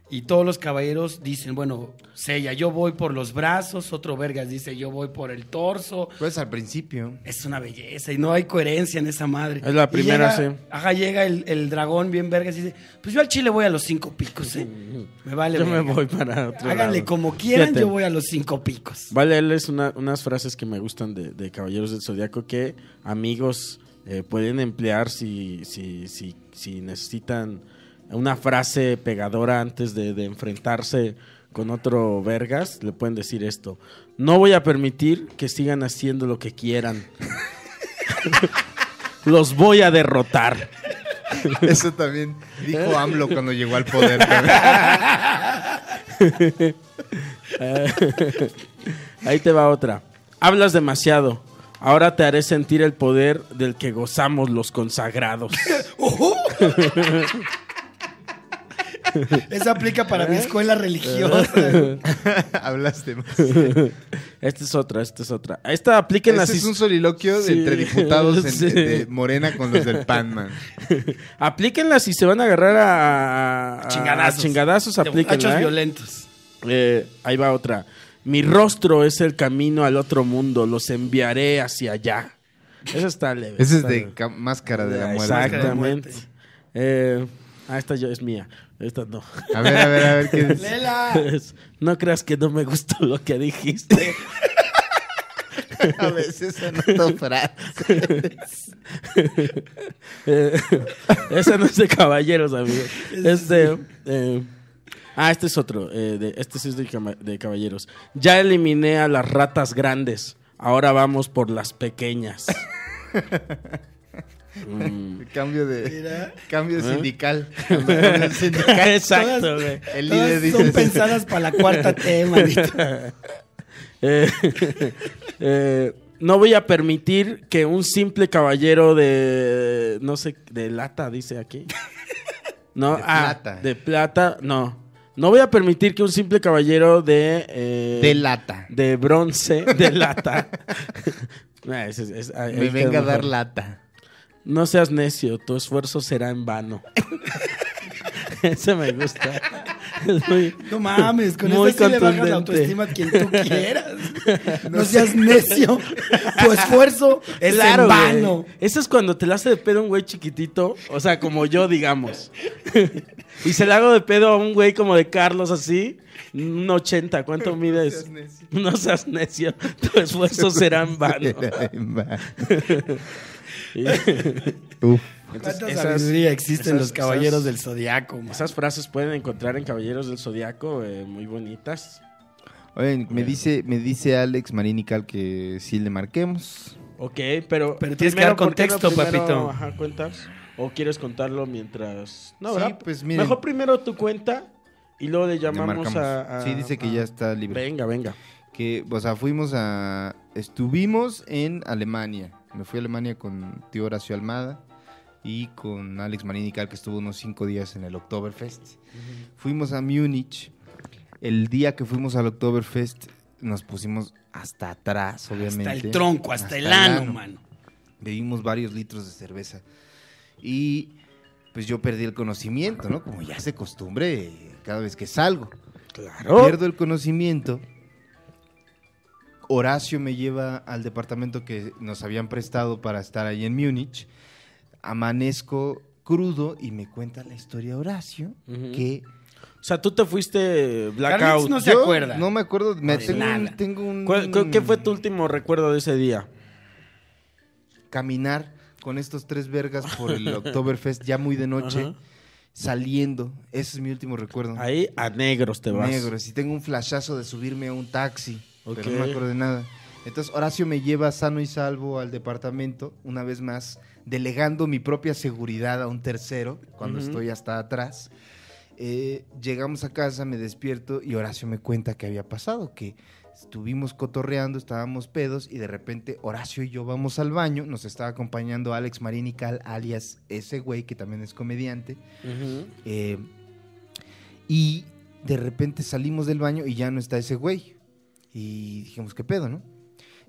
Y todos los caballeros dicen, bueno, Sella, yo voy por los brazos, otro Vergas dice, yo voy por el torso.
Pues al principio.
Es una belleza y no hay coherencia en esa madre.
Es la
Y
primera,
llega-
sí.
Ajá, llega el, el dragón bien Vergas y dice, pues yo al Chile voy a los cinco picos, ¿eh? Me vale.
Yo me
verga.
voy para otro
Háganle
lado.
como quieran,
Fíjate.
yo voy a los cinco picos.
Voy a leerles una- unas frases que me gustan de, de Caballeros del Zodiaco que amigos eh, pueden emplear si, si, si, si necesitan una frase pegadora antes de, de enfrentarse con otro vergas. Le pueden decir esto. No voy a permitir que sigan haciendo lo que quieran. Los voy a derrotar.
Eso también dijo AMLO cuando llegó al poder.
Ahí te va otra. Hablas demasiado. Ahora te haré sentir el poder del que gozamos los consagrados.
Esa aplica para
¿Eh?
mi escuela religiosa.
Hablaste más.
Esta es otra, esta es otra. Esta
Este
apliquen
Ese es un soliloquio
Sí.
entre diputados en-
Sí.
de Morena con los del PAN, man.
Aplíquenla si se van a agarrar a, a-
Chingadazos.
a Ah, chingadazos,
De borrachos
aplíquenla. ¿eh?
violentos.
Eh, ahí va otra. Mi rostro es el camino al otro mundo, los enviaré hacia allá. Esa está leve.
Ese es
está
de
leve.
ca- Máscara de la
Ah,
Muerte.
Exactamente.
Máscara de muerte.
Eh, ah, esta yo, es mía. Esta no.
A ver, a ver, a ver qué es.
Lela.
Es, no creas que no me gustó lo que dijiste.
A veces son autofrases.
Eh, esa no es de caballeros, amigo. Es de. eh, ah, este es otro. eh, de- este sí es de, cama- de caballeros. Ya eliminé a las ratas grandes. Ahora vamos por las pequeñas. Mm.
Cambio de.
Mira.
Cambio sindical. Cambio sindical.
¿Eh? Exacto, güey.
El
Todas
líder dice.
son pensadas para la cuarta T, manito.
Eh, eh, no voy a permitir que un simple caballero de. No sé, de lata, dice aquí. No,
De
ah,
plata.
De plata, no. No voy a permitir que un simple caballero de. eh,
De lata.
de bronce, de lata. Nah, ese es- es- ahí
Me
está
venga a
mejor.
dar lata.
No seas necio, tu esfuerzo será en vano. Ese me gusta. Es muy-
No mames, con
Muy
eso sí le bajas
contundente.
la autoestima a quien tú quieras. No seas necio. Tu esfuerzo es
Claro,
en
güey.
vano.
Eso es cuando te la hace de pedo un güey chiquitito, o sea, como yo, digamos. y se la hago de pedo a un güey como de Carlos, así, un 80, ¿cuánto mides? No seas necio, tu esfuerzo será en vano. Y
Uf.
¿Cuánta
esas-
sabiduría existe en
esas-
los caballeros
esas-
del zodiaco? man?
Esas frases pueden encontrar en Caballeros del Zodiaco, eh, muy bonitas.
Oigan, me dice, me dice Alex Marinical que sí le marquemos.
Ok, pero.
Pero tienes que
primero,
dar
¿por qué no
contexto,
primero,
papito.
Ajá, cuentas. ¿O quieres contarlo mientras.? No,
Sí,
¿verdad?
pues, miren.
Mejor primero tu cuenta y luego le
Le
llamamos
marcamos.
a, a-
Sí, dice que
a-
ya está libre.
Venga, venga.
Que, o sea, fuimos a. Estuvimos en Alemania. Me fui a Alemania con tío Horacio Almada y con Alex Marinical, que estuvo unos cinco días en el Oktoberfest. Fuimos a Múnich. El día que fuimos al Oktoberfest nos pusimos hasta atrás, obviamente.
Hasta el tronco, hasta, el ano, mano.
bebimos varios litros de cerveza. Y pues yo perdí el conocimiento, ¿no? Como ya se costumbre cada vez que salgo.
Claro.
Pierdo el conocimiento. Horacio me lleva al departamento que nos habían prestado para estar ahí en Múnich. Amanezco crudo y me cuenta la historia Horacio
Ujú.
que
O sea, tú te fuiste blackout.
Carlitos no se
Yo
acuerda.
No me acuerdo, me
De
tengo, un,
nada.
tengo un-
¿Cuál- cu- ¿Qué
Mm.
fue tu último recuerdo de ese día?
caminar con estos tres vergas por el Oktoberfest ya muy de noche,
Ajá.
saliendo. Ese es mi último recuerdo.
Ahí a negros te vas.
Negro, si tengo un flashazo de subirme a un taxi,
Ok.
pero no me acuerdo de nada. Entonces Horacio me lleva sano y salvo al departamento, una vez más, delegando mi propia seguridad a un tercero, cuando
Ujú.
estoy hasta atrás. Eh, llegamos a casa, me despierto y Horacio me cuenta que había pasado, que estuvimos cotorreando, estábamos pedos y de repente Horacio y yo vamos al baño, nos estaba acompañando Alex Marinical, alias ese güey que también es comediante.
Ujú.
Eh, y de repente salimos del baño y ya no está ese güey. Y dijimos, ¿qué pedo, no?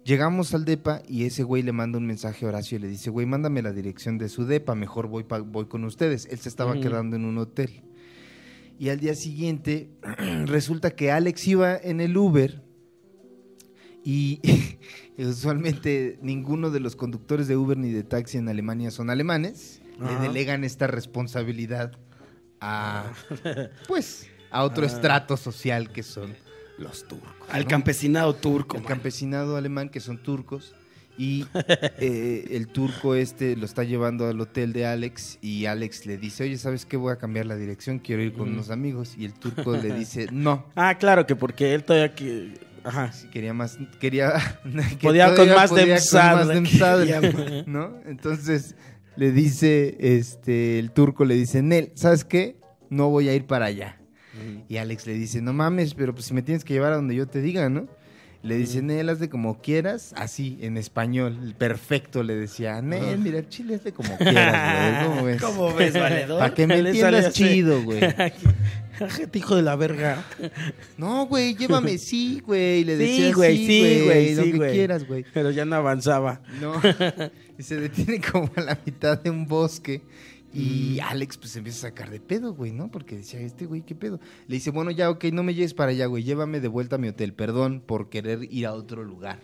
Llegamos al DEPA y ese güey le manda un mensaje a Horacio y le dice, güey, mándame la dirección de su DEPA, mejor voy, pa- voy con ustedes. Él se estaba
Ujú.
quedando en un hotel. Y al día siguiente resulta que Alex iba en el Uber y usualmente ninguno de los conductores de Uber ni de taxi en Alemania son alemanes.
Ajá.
Le delegan esta responsabilidad a, pues, a otro estrato social que son los turcos.
Al
¿no?
campesinado turco.
el
man.
campesinado alemán que son turcos y eh, el turco este lo está llevando al hotel de Alex y Alex le dice, oye, ¿sabes qué? Voy a cambiar la dirección, quiero ir con unos amigos y el turco le dice, no,
Ah, claro, que porque él todavía que... Ajá.
Sí, quería más, quería que
Podía con
todavía
más
podía
Demsad,
con más Demsad,
quería.
¿no? Entonces le dice, este, el turco le dice, Nel, ¿sabes qué? No voy a ir para allá. Y Alex le dice, no mames, pero pues si me tienes que llevar a donde yo te diga, ¿no? Le dice, Nel, haz de como quieras, así, en español, perfecto, le decía,
Ah.
Nel, mira, el chile, haz de como quieras, güey, ¿cómo ves?
¿Cómo ves,
Para
valedor?
que me
Le sale
entiendas
así.
chido, güey.
Gente, hijo de la verga.
No, güey, llévame, sí, güey. Le
Sí,
decía,
güey, sí,
sí,
güey,
güey,
sí,
lo que
güey".
quieras, güey.
Pero ya no avanzaba.
No. Y se detiene como a la mitad de un bosque. Y Alex pues se empieza a sacar de pedo, güey, ¿no? Porque decía, este güey, ¿qué pedo? Le dice, bueno, ya, ok, no me lleves para allá, güey, llévame de vuelta a mi hotel, perdón por querer ir a otro lugar.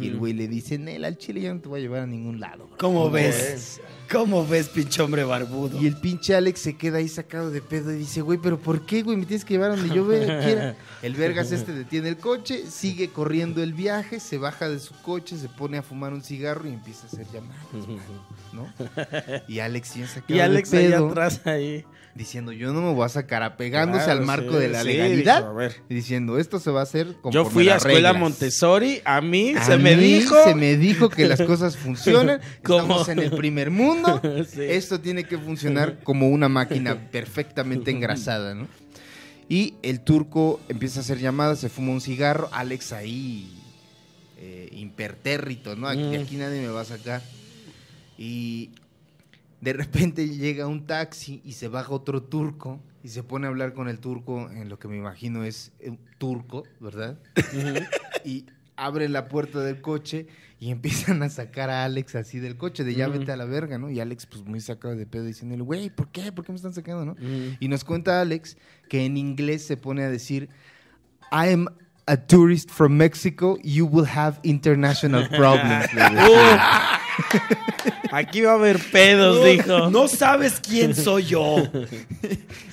Y el güey le dice, Nel, al chile ya no te voy a llevar a ningún lado. bro".
¿Cómo ves? ¿Cómo ves, pinche hombre barbudo?
Y el pinche Alex se queda ahí sacado de pedo y dice, güey, pero ¿por qué, güey? Me tienes que llevar donde yo ve- quiera. El vergas este detiene el coche, sigue corriendo el viaje, se baja de su coche, se pone a fumar un cigarro y empieza a hacer llamadas, ¿no? Y Alex bien sacado
Y Alex
de
allá
pedo,
atrás ahí.
diciendo, yo no me voy a sacar, apegándose
Claro,
al marco
sí,
de la
sí,
legalidad.
dijo, a ver.
y Diciendo, esto se va a hacer como
Yo fui a escuela Montessori, a mí
a
se me
mí
dijo.
Se me dijo que las cosas funcionan.
¿Cómo?
Estamos en el primer mundo.
Sí.
Esto tiene que funcionar como una máquina perfectamente engrasada, ¿no? Y el turco empieza a hacer llamadas, se fuma un cigarro. Alex ahí, eh, impertérrito, ¿no? Aquí,
Mm.
de aquí nadie me va a sacar. Y de repente llega un taxi y se baja otro turco y se pone a hablar con el turco en lo que me imagino es eh, turco, ¿verdad? y abre la puerta del coche y empiezan a sacar a Alex así del coche, de ya
Ujú.
vete a la verga, ¿no? Y Alex, pues muy sacado de pedo, diciéndole, güey, ¿por qué? ¿Por qué me están sacando, no?
Mm.
Y nos cuenta Alex que en inglés se pone a decir, I am a tourist from Mexico, you will have international problems. le decía.
Aquí va a haber pedos, dijo.
No sabes quién soy yo.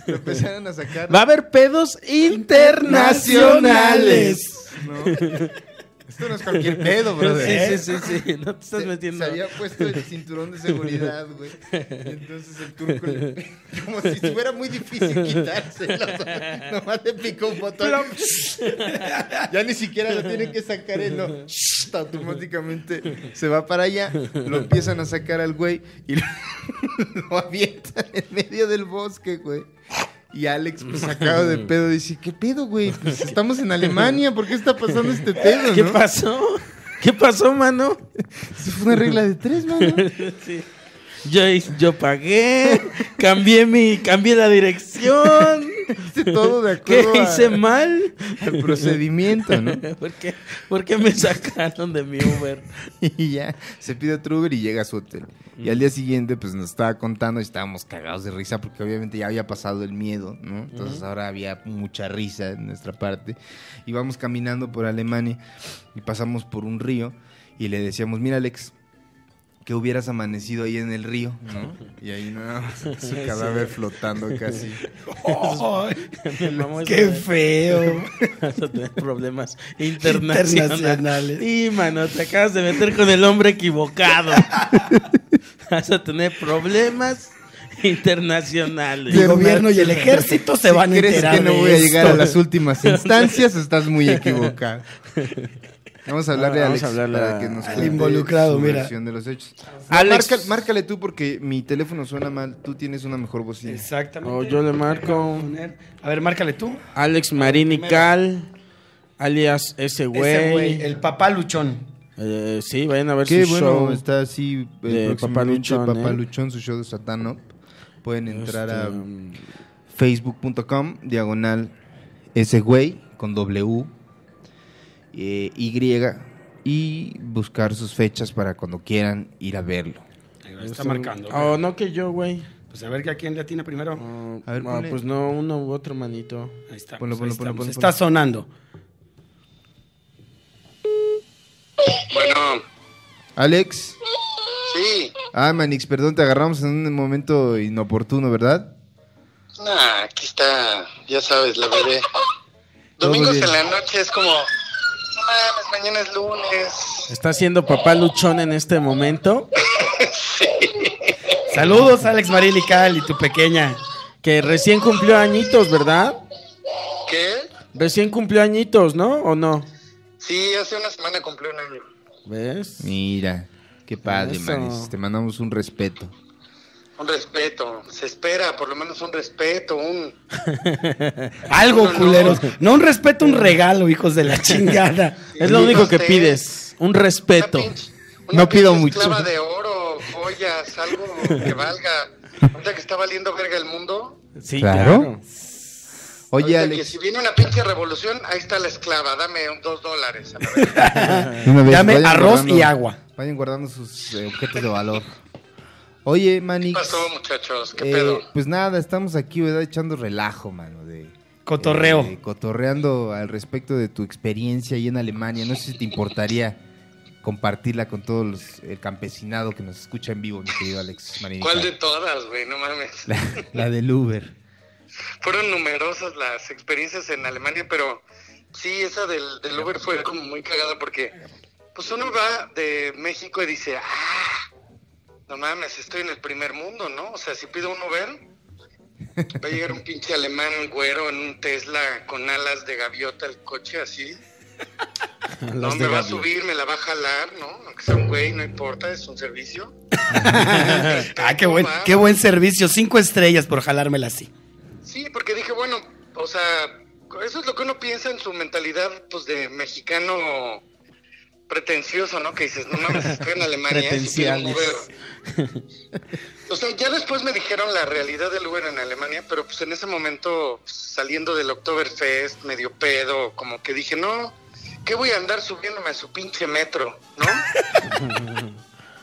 Lo empezaron a sacar.
Va a haber pedos internacionales.
Nacionales.
¿no? Esto no es cualquier pedo, brother.
Sí, sí, sí, sí. No te estás
Se-
metiendo.
Se había puesto el cinturón de seguridad, güey. Y Entonces el turco le... Como si fuera muy difícil quitárselo. güey. Nomás le picó un botón. ya ni siquiera lo tienen que sacar él, no. Automáticamente se va para allá. Lo empiezan a sacar al güey y lo, lo avientan en medio del bosque, güey. Y Alex, pues sacado de pedo, dice, ¿qué pedo, güey? Pues estamos en Alemania, ¿por qué está pasando este pedo,
¿Qué
no?
pasó? ¿Qué pasó, mano?
Fue una regla de tres, mano.
Yo, yo pagué, cambié mi, cambié la dirección.
Hice todo de
¿Qué
acuerdo a-
hice mal?
al procedimiento, ¿no?
¿Por qué, por qué me sacaron de mi Uber?
Y ya se pide otro Uber y llega a su hotel. Y al día siguiente, pues nos estaba contando y estábamos cagados de risa porque obviamente ya había pasado el miedo, ¿no? Entonces ahora había mucha risa en nuestra parte. Íbamos caminando por Alemania y pasamos por un río y le decíamos, mira Alex, que hubieras amanecido ahí en el río, ¿no? Y ahí nada más su cadáver flotando casi.
Ay,
Vamos a
¡Qué
ver.
feo!
Vas a tener problemas internacionales.
Internacionales.
Y mano, te acabas de meter con el hombre equivocado. Vas a tener problemas internacionales.
El gobierno y el ejército se van a
si crees
enterar
que no
de
voy a
esto.
llegar a las últimas instancias, estás muy equivocado. Vamos a hablarle a
Ah,
Alex
vamos a hablarle
para
a-
que nos
al
cuente
involucrado,
su
mira.
versión de los hechos.
Alex.
Márca- márcale tú porque mi teléfono suena mal, tú tienes una mejor bocina.
Exactamente.
O yo le marco
Oh.
A ver, márcale tú.
Alex Marini Cal, alias ese
Ese
güey.
güey, el papá luchón.
Eh, sí, vayan a ver
Qué
su
bueno,
show.
está así
de
el
Papaluchón,
Papaluchón,
¿eh?
Papaluchón, su show de Satano. Pueden entrar a
Este, mm,
facebook.com diagonal ese güey con W eh, Y y buscar sus fechas para cuando quieran ir a verlo.
Está marcando.
oh.
Oh, no que yo, güey.
Pues a ver que a quién le atina primero.
Ah,
A ver,
ah,
ponle-
pues no, uno u otro, manito.
Ahí está.
Ponlo, ponlo, ponlo, ponlo,
Está
ponlo.
sonando.
Bueno,
Alex.
sí.
Ah, Manix, perdón, te agarramos en un momento inoportuno, ¿verdad?
Nah, aquí está, ya sabes, la veré.
Todo
Domingos
bien.
en la noche es como, no mames, mañana es lunes.
Está siendo papá luchón en este momento.
Saludos, Alex Marilical y tu pequeña.
Que recién cumplió añitos, ¿verdad?
¿Qué?
Recién cumplió añitos, ¿no? ¿O no?
Sí, hace una semana cumplí un año.
¿Ves?
Mira, qué padre,
Eso.
Manix. Te mandamos un respeto.
Un respeto, se espera por lo menos un respeto, un...
Algo,
No, no.
culeros. No un respeto, un regalo, hijos de la chingada.
Es lo
Sí,
único
no
que
sé.
pides. Un
una
respeto.
pinche-
No pido
pinche
mucho.
esclava de oro, joyas, algo que valga. Ahorita que está valiendo verga el mundo.
Sí,
Claro.
claro.
Oye,
ahorita que
Alex,
si viene una pinche revolución, ahí está la esclava, dame un- dos dólares. a la verga.
una vez,
Dame
vayan
arroz
guardando-
y agua.
Vayan guardando sus eh, objetos de valor. Oye,
¿Qué
Manix.
pasó, muchachos? ¿Qué
eh,
pedo?
pues nada, estamos aquí, ¿verdad? Echando relajo, mano. De,
Cotorreo.
eh, cotorreando al respecto de tu experiencia ahí en Alemania. No sé si te importaría compartirla con todos los, el campesinado que nos escucha en vivo, mi querido Alex Marinita.
¿Cuál de todas, güey? No mames.
La, la del Uber.
Fueron numerosas las experiencias en Alemania, pero sí, esa del, del Uber fue como muy cagada porque pues uno va de México y dice, ah, no mames, estoy en el primer mundo, ¿no? O sea, si pido un Uber, va a llegar un pinche alemán güero en un Tesla con alas de gaviota el coche así. No, me va a subir, me la va a jalar, ¿no? Aunque sea un güey, no importa, es un servicio.
Ah, qué buen, qué buen servicio. Cinco estrellas por jalármela así.
Sí, porque dije, bueno, o sea, eso es lo que uno piensa en su mentalidad, pues, de mexicano pretencioso, ¿no? Que dices, no mames, estoy en Alemania. ¿eh? si quiero un Uber. O sea, ya después me dijeron la realidad del Uber en Alemania, pero pues en ese momento, pues, saliendo del Oktoberfest, medio pedo, como que dije, no, ¿qué voy a andar subiéndome a su pinche metro, no?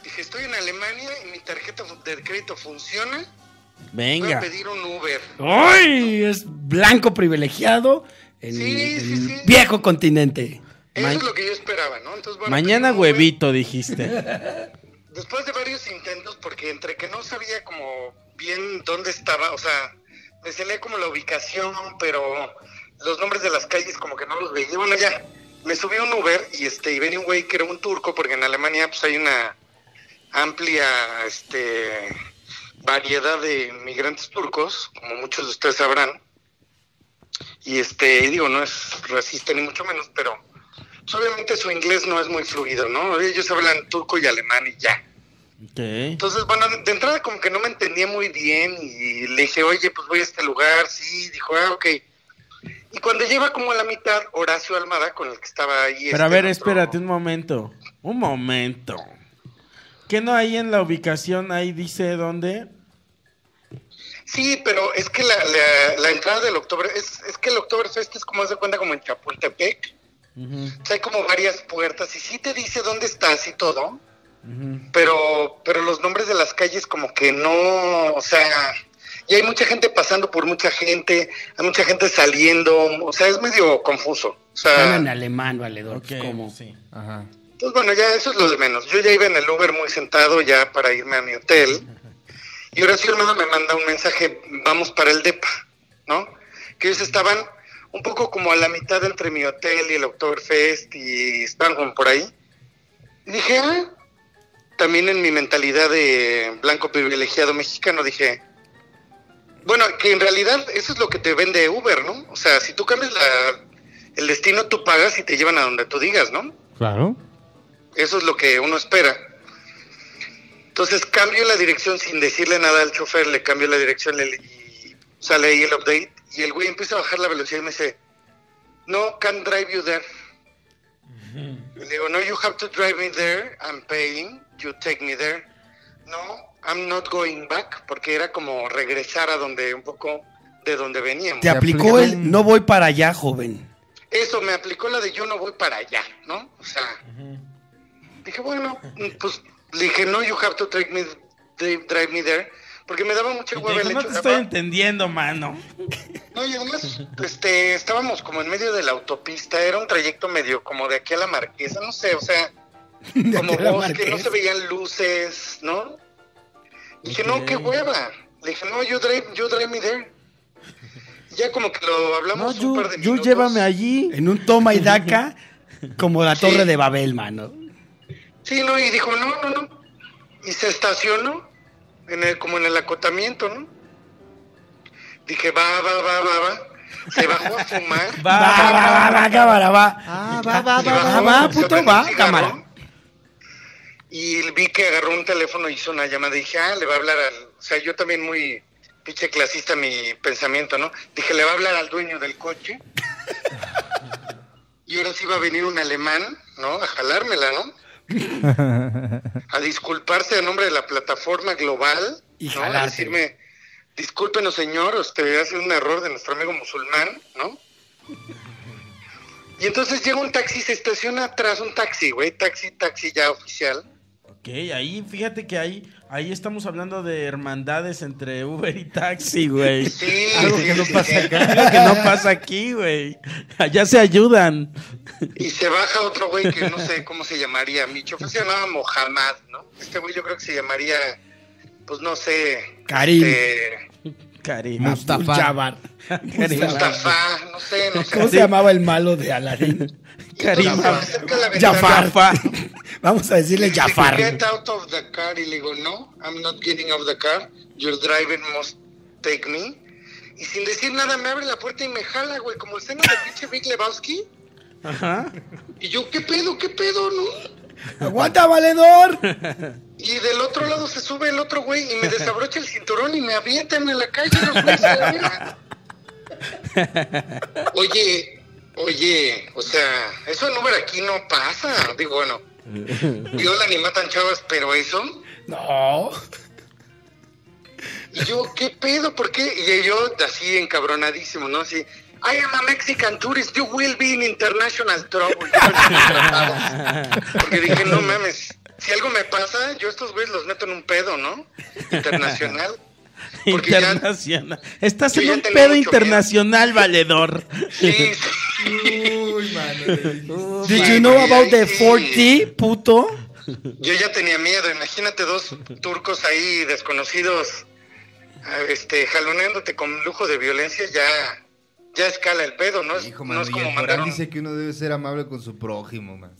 dije, estoy en Alemania y mi tarjeta de crédito funciona, voy a
Venga.
pedir un Uber.
¡Ay! Es blanco privilegiado en
Sí,
el
sí, sí.
viejo continente.
Eso
Ma-
es lo que yo esperaba, ¿no? Entonces, bueno,
Mañana
pues, no, güey.
huevito, dijiste.
Después de varios intentos, porque entre que no sabía como bien dónde estaba, o sea, me salía como la ubicación, pero los nombres de las calles como que no los veía. Bueno, ya, me subí a un Uber y este, y venía un güey que era un turco, porque en Alemania pues hay una amplia este variedad de migrantes turcos, como muchos de ustedes sabrán. Y este, digo, no es racista ni mucho menos, pero pues, obviamente su inglés no es muy fluido, ¿no? Ellos hablan turco y alemán y ya.
Ok.
Entonces, bueno, de- de entrada como que no me entendía muy bien y le dije, oye, pues voy a este lugar, sí, dijo, ah, ok. Y cuando lleva como a la mitad, Horacio Almada, con el que estaba ahí.
Pero a
este,
ver,
otro-
espérate un momento. Un momento. ¿Qué no hay en la ubicación? Ahí dice dónde.
Sí, pero es que la, la- la entrada del octubre, es, es que el Oktoberfest es como se cuenta como en Chapultepec.
Ujú,
O sea, hay como varias puertas y sí te dice dónde estás y todo,
ujú.
pero, pero los nombres de las calles como que no, o sea, y hay mucha gente pasando por mucha gente, hay mucha gente saliendo, o sea, es medio confuso. O sea,
Habla en alemán, valedor.
Ok,
pues, ¿cómo?
sí.
Ajá.
Entonces, Pues bueno, ya eso es lo de menos. Yo ya iba en el Uber muy sentado ya para irme a mi hotel. Y Horacio hermano me manda un mensaje, vamos para el DEPA, ¿no? Que ellos estaban un poco como a la mitad entre mi hotel y el Oktoberfest y estaban como por ahí. Y dije, ah, también en mi mentalidad de blanco privilegiado mexicano, dije, bueno, que en realidad eso es lo que te vende Uber, ¿no? O sea, si tú cambias la- el destino, tú pagas y te llevan a donde tú digas, ¿no?
Claro.
Eso es lo que uno espera. Entonces cambio la dirección sin decirle nada al chofer, le cambio la dirección le- y sale ahí el update. Y el güey empieza a bajar la velocidad y me dice, no, can drive you there. Y Le digo, no, you have to drive me there, I'm paying, you take me there. No, I'm not going back, porque era como regresar a donde, un poco de donde veníamos.
Te aplicó
aplicó
el
un-
no voy para allá, joven.
Eso me aplicó la de yo no voy para allá, ¿no? O sea, dije, bueno, pues le dije, no, you have to take me, drive me there. Porque me daba mucha hueva el
No
hecho.
te estoy
Ah,
entendiendo, mano.
No, y además, este, estábamos como en medio de la autopista, era un trayecto medio como de aquí a la marquesa, no sé, o sea, como
aquí a la
bosque, no
Marquesa.
se veían luces, ¿no? Y dije, no, qué
Ok.
hueva. Le dije, no, you drive, you drive me there. Y ya como que lo
No,
hablamos un
yo,
par de
yo
minutos.
llévame allí.
En un toma y daca, como la
Sí.
Torre de Babel, mano.
Sí, no, y dijo, no, no, no. Y se estacionó, en el, como en el acotamiento, ¿no? Dije, va, va, va, va, va. Se bajó a fumar.
Va,
Va,
va, va, va, cámara, va.
Ah, va, va,
Se
va.
bajó,
va,
se
puto,
prendió
va,
un cigarro,
cámara.
Y vi que agarró un teléfono y hizo una llamada. Dije, ah, le va a hablar al. O sea, yo también muy pinche clasista mi pensamiento, ¿no? Dije, le va a hablar al dueño del coche. y ahora sí va a venir un alemán, ¿no? A jalármela, ¿no? A disculparse a nombre de la plataforma global.
Y
¿no? A
jalártela.
decirme, discúlpenos, señor, usted hace un error de nuestro amigo musulmán, ¿no? Y entonces llega un taxi, se estaciona atrás un taxi, güey, taxi, taxi ya oficial.
Ok, ahí fíjate que ahí, ahí estamos hablando de hermandades entre Uber y taxi, güey.
Sí,
Algo
sí,
que no
sí, sí.
pasa acá. Algo que no pasa aquí, güey. Allá se ayudan.
Y se baja otro güey que no sé cómo se llamaría. Mi chofer se llamaba Mohammad, ¿no? Este güey yo creo que se llamaría, pues no sé,
Karim.
eh,
Cariño.
Mustafa.
Jabbar.
Mustafa, no sé, no sé.
¿Cómo se llamaba el malo de Aladdin?
Karim.
Entonces, se acerca a la ventana.
Jafar. Vamos a decirle
Dice,
Jafar.
Get out of the car. Y le digo, no, I'm not getting out of the car. Your driving must take me. Y sin decir nada me abre la puerta y me jala, güey, como el seno de pinche Big Lebowski.
Ajá.
Y yo, ¿qué pedo, qué pedo, no?
¡Aguanta, valedor!
Y del otro lado se sube el otro güey y me desabrocha el cinturón y me avientan en la calle los güeyes a la verga. Oye, oye, o sea, eso en Uber aquí no pasa. Digo, bueno, violan y matan chavas, pero eso...
No.
Y yo, ¿qué pedo? ¿Por qué? Y yo así encabronadísimo, ¿no? Así, I am a Mexican tourist, you will be in international trouble. Yo así, tratado. Porque dije, no mames, si algo me pasa, yo a estos güeyes los meto en un pedo, ¿no? Internacional. Porque ya-
Internacional. Estás
yo
en
ya
un
tenía
pedo
mucho
internacional, valedor.
Sí, sí.
Did you know about the
Pues Sí.
4T, puto?
Yo ya tenía miedo, imagínate dos turcos ahí desconocidos, ah, este, jaloneándote con lujo de violencia, ya, ya escala el pedo, ¿no? Es,
Hijo,
no
mano,
es
y
como
el Corán
mandar un-
dice que uno debe ser amable con su prójimo, man.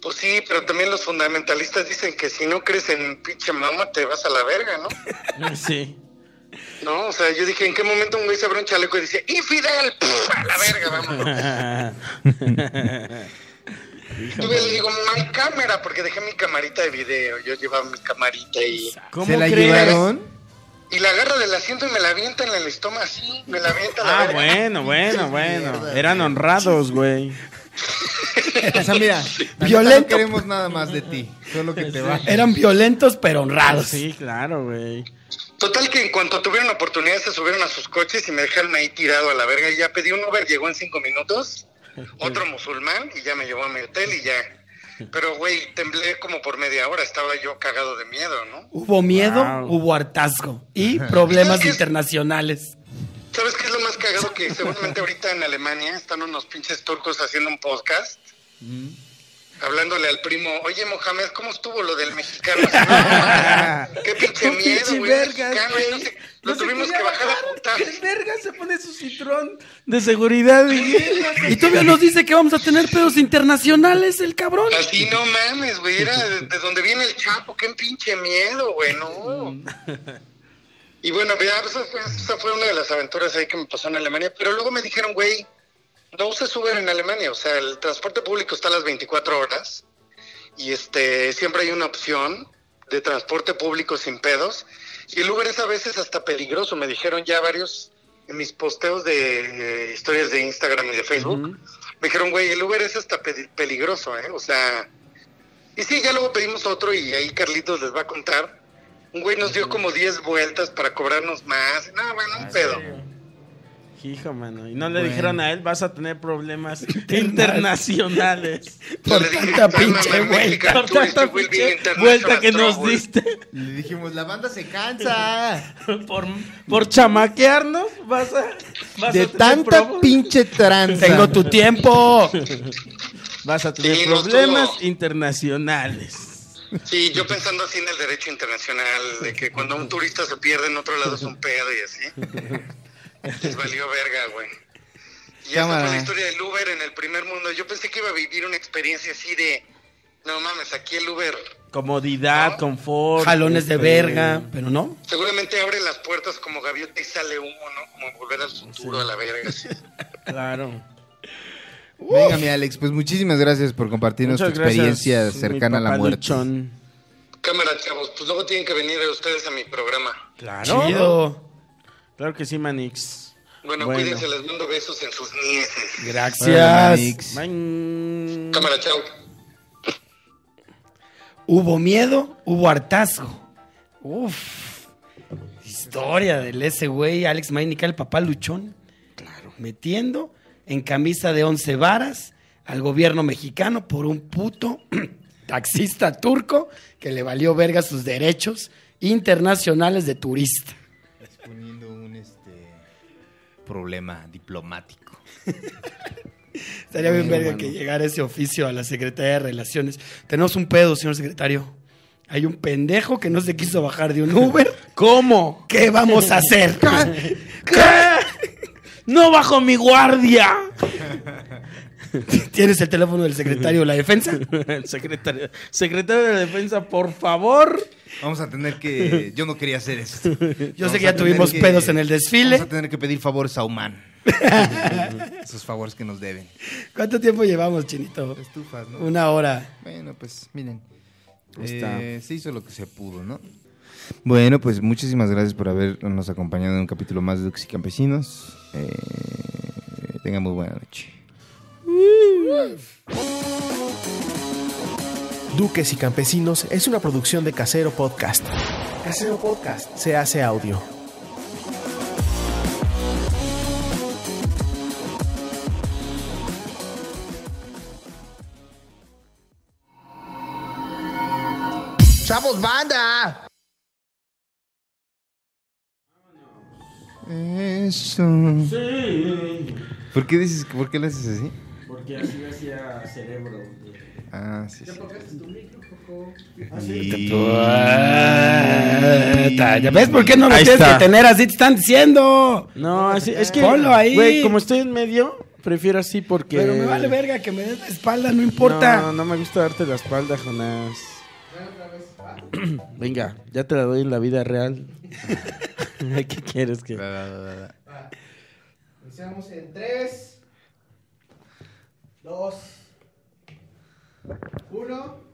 Pues sí, pero también los fundamentalistas dicen que si no crees en pinche mamá te vas a la verga, ¿no?
Sí.
No, o sea, yo dije, ¿en qué momento un güey se abre un chaleco y dice, infidel, pf, a la verga, vámonos? Y yo le digo, my cámara, porque dejé mi camarita de video, yo llevaba mi camarita y,
¿Cómo
¿Se la
crees?
llevaron?
y la agarra del asiento y me la avienta en el estómago así, me la avienta a la
Ah,
verga.
bueno, bueno, bueno. Eran honrados, güey.
O sea, mira,
Violento.
no queremos nada más de ti, solo que te bajes.
Eran violentos pero honrados.
Sí, claro, güey.
Total que en cuanto tuvieron oportunidad se subieron a sus coches y me dejaron ahí tirado a la verga. Y ya pedí un Uber, llegó en cinco minutos, otro musulmán y ya me llevó a mi hotel y ya. Pero güey, temblé como por media hora, estaba yo cagado de miedo, ¿no?
Hubo miedo,
Wow.
hubo hartazgo y problemas
¿Sabes qué?
internacionales.
¿Sabes qué es lo más cagado? Que seguramente ahorita en Alemania están unos pinches turcos haciendo un podcast. Hablándole al primo, oye Mohamed, ¿cómo estuvo lo del mexicano? Qué pinche
Un
miedo,
pinche
güey. el
vergas,
mexicano, y no
güey.
sé- lo
No se
tuvimos
quería
que bajar a
bajar.
putazos.
El verga se pone su citrón de seguridad. güey.
Y todavía nos dice que vamos a tener pedos internacionales, el cabrón.
Así no mames, güey. Era de, de donde viene el Chapo. Qué pinche miedo, güey. No. Y bueno, ya, esa, fue, esa fue una de las aventuras ahí que me pasó en Alemania. Pero luego me dijeron, güey, no uses Uber en Alemania. O sea, el transporte público está a las 24 horas. Y este siempre hay una opción de transporte público sin pedos. Y el Uber es a veces hasta peligroso. Me dijeron ya varios en mis posteos de eh, historias de Instagram y de Facebook. Me dijeron, güey, el Uber es hasta pe- peligroso, ¿eh? O sea. Y sí, ya luego pedimos otro y ahí Carlitos les va a contar.
Ah,
Un güey nos dio como 10 vueltas para cobrarnos más. No, bueno, un pedo.
Hijo, mano. Y no le dijeron a él, vas a tener problemas internacionales.
Por
Le dije,
tanta
"Mamá,
pinche
mamá,
vuelta.
Tú
Por tanta
eres Will Bean
pinche
International
vuelta que nos
Trouble".
diste.
Le dijimos, la banda se cansa.
Por, por chamaquearnos, vas a. vas a
De
tener
tanta
problemas.
pinche tranza.
Tengo tu tiempo.
Vas a tener
Sí, no
problemas
estuvo.
internacionales.
Sí, yo pensando así en el derecho internacional, de que cuando un turista se pierde en otro lado es un pedo y así. Les valió verga, güey. Y esa
Cámara.
fue la historia del Uber en el primer mundo. Yo pensé que iba a vivir una experiencia así de, no mames, aquí el Uber
Comodidad,
No.
confort.
Jalones de
este,
verga, pero no.
seguramente abre las puertas como gaviota y sale humo, ¿no? Como volver al futuro a la verga. así.
Claro.
Venga, mi Alex, pues muchísimas gracias por compartirnos
Muchas
tu
gracias,
experiencia
mi
cercana a la
papá
muerte.
Luchón.
Cámara, chavos, pues luego tienen que venir ustedes a mi programa.
Claro.
Chido.
Claro que sí, Manix.
Bueno,
Bueno.
cuídense, les mando besos en sus nieces.
Hola,
Gracias.
Manix.
Bye.
Cámara, chao.
Hubo miedo, hubo hartazgo. Uf. Historia del ese güey, Alex Maynica, el papá luchón. Claro. Metiendo en camisa de once varas al gobierno mexicano por un puto taxista turco que le valió verga sus derechos internacionales de turista.
Exponiendo un este, problema diplomático.
Estaría bien
Sí,
verga
mano.
que llegara ese oficio a la Secretaría de Relaciones. Tenemos un pedo, señor secretario. Hay un pendejo que no se quiso bajar de un Uber.
¿Cómo?
¿Qué vamos a hacer?
¿Qué? ¡No bajo mi guardia!
¿Tienes el teléfono del secretario de la defensa?
El secretario, secretario de Defensa, por favor.
Vamos a tener que. Yo no quería hacer esto.
Yo sé que ya tuvimos pedos en el desfile.
Vamos a tener que pedir favores a Humán. Esos favores que nos deben.
¿Cuánto tiempo llevamos, Chinito?
Estufas, ¿no?
Una hora.
Bueno, pues miren.
Ahí está.
Eh, se hizo lo que se pudo, ¿no? Bueno, pues muchísimas gracias por habernos acompañado en un capítulo más de Dux y Campesinos. Eh, tengan muy buena noche.
Duques y Campesinos es una producción de Casero Podcast. Casero Podcast se hace audio.
¡Chavos, banda! Eso.
Sí.
¿Por qué dices, por qué le haces así?
Porque así hacía cerebro.
Ah, sí. sí. Ah,
¿Ya ves por qué no lo
Ahí
tienes
está.
que tener así? Te están diciendo.
No, así, es que.
Ponlo ahí.
Güey, como estoy en medio, prefiero así porque.
Pero me vale verga que me des la espalda, no importa.
No, no me gusta darte la espalda, Jonás. Venga, ya te la doy en la vida real. Ay, ¿Qué quieres que.?
Iniciamos en 3, 2, 1.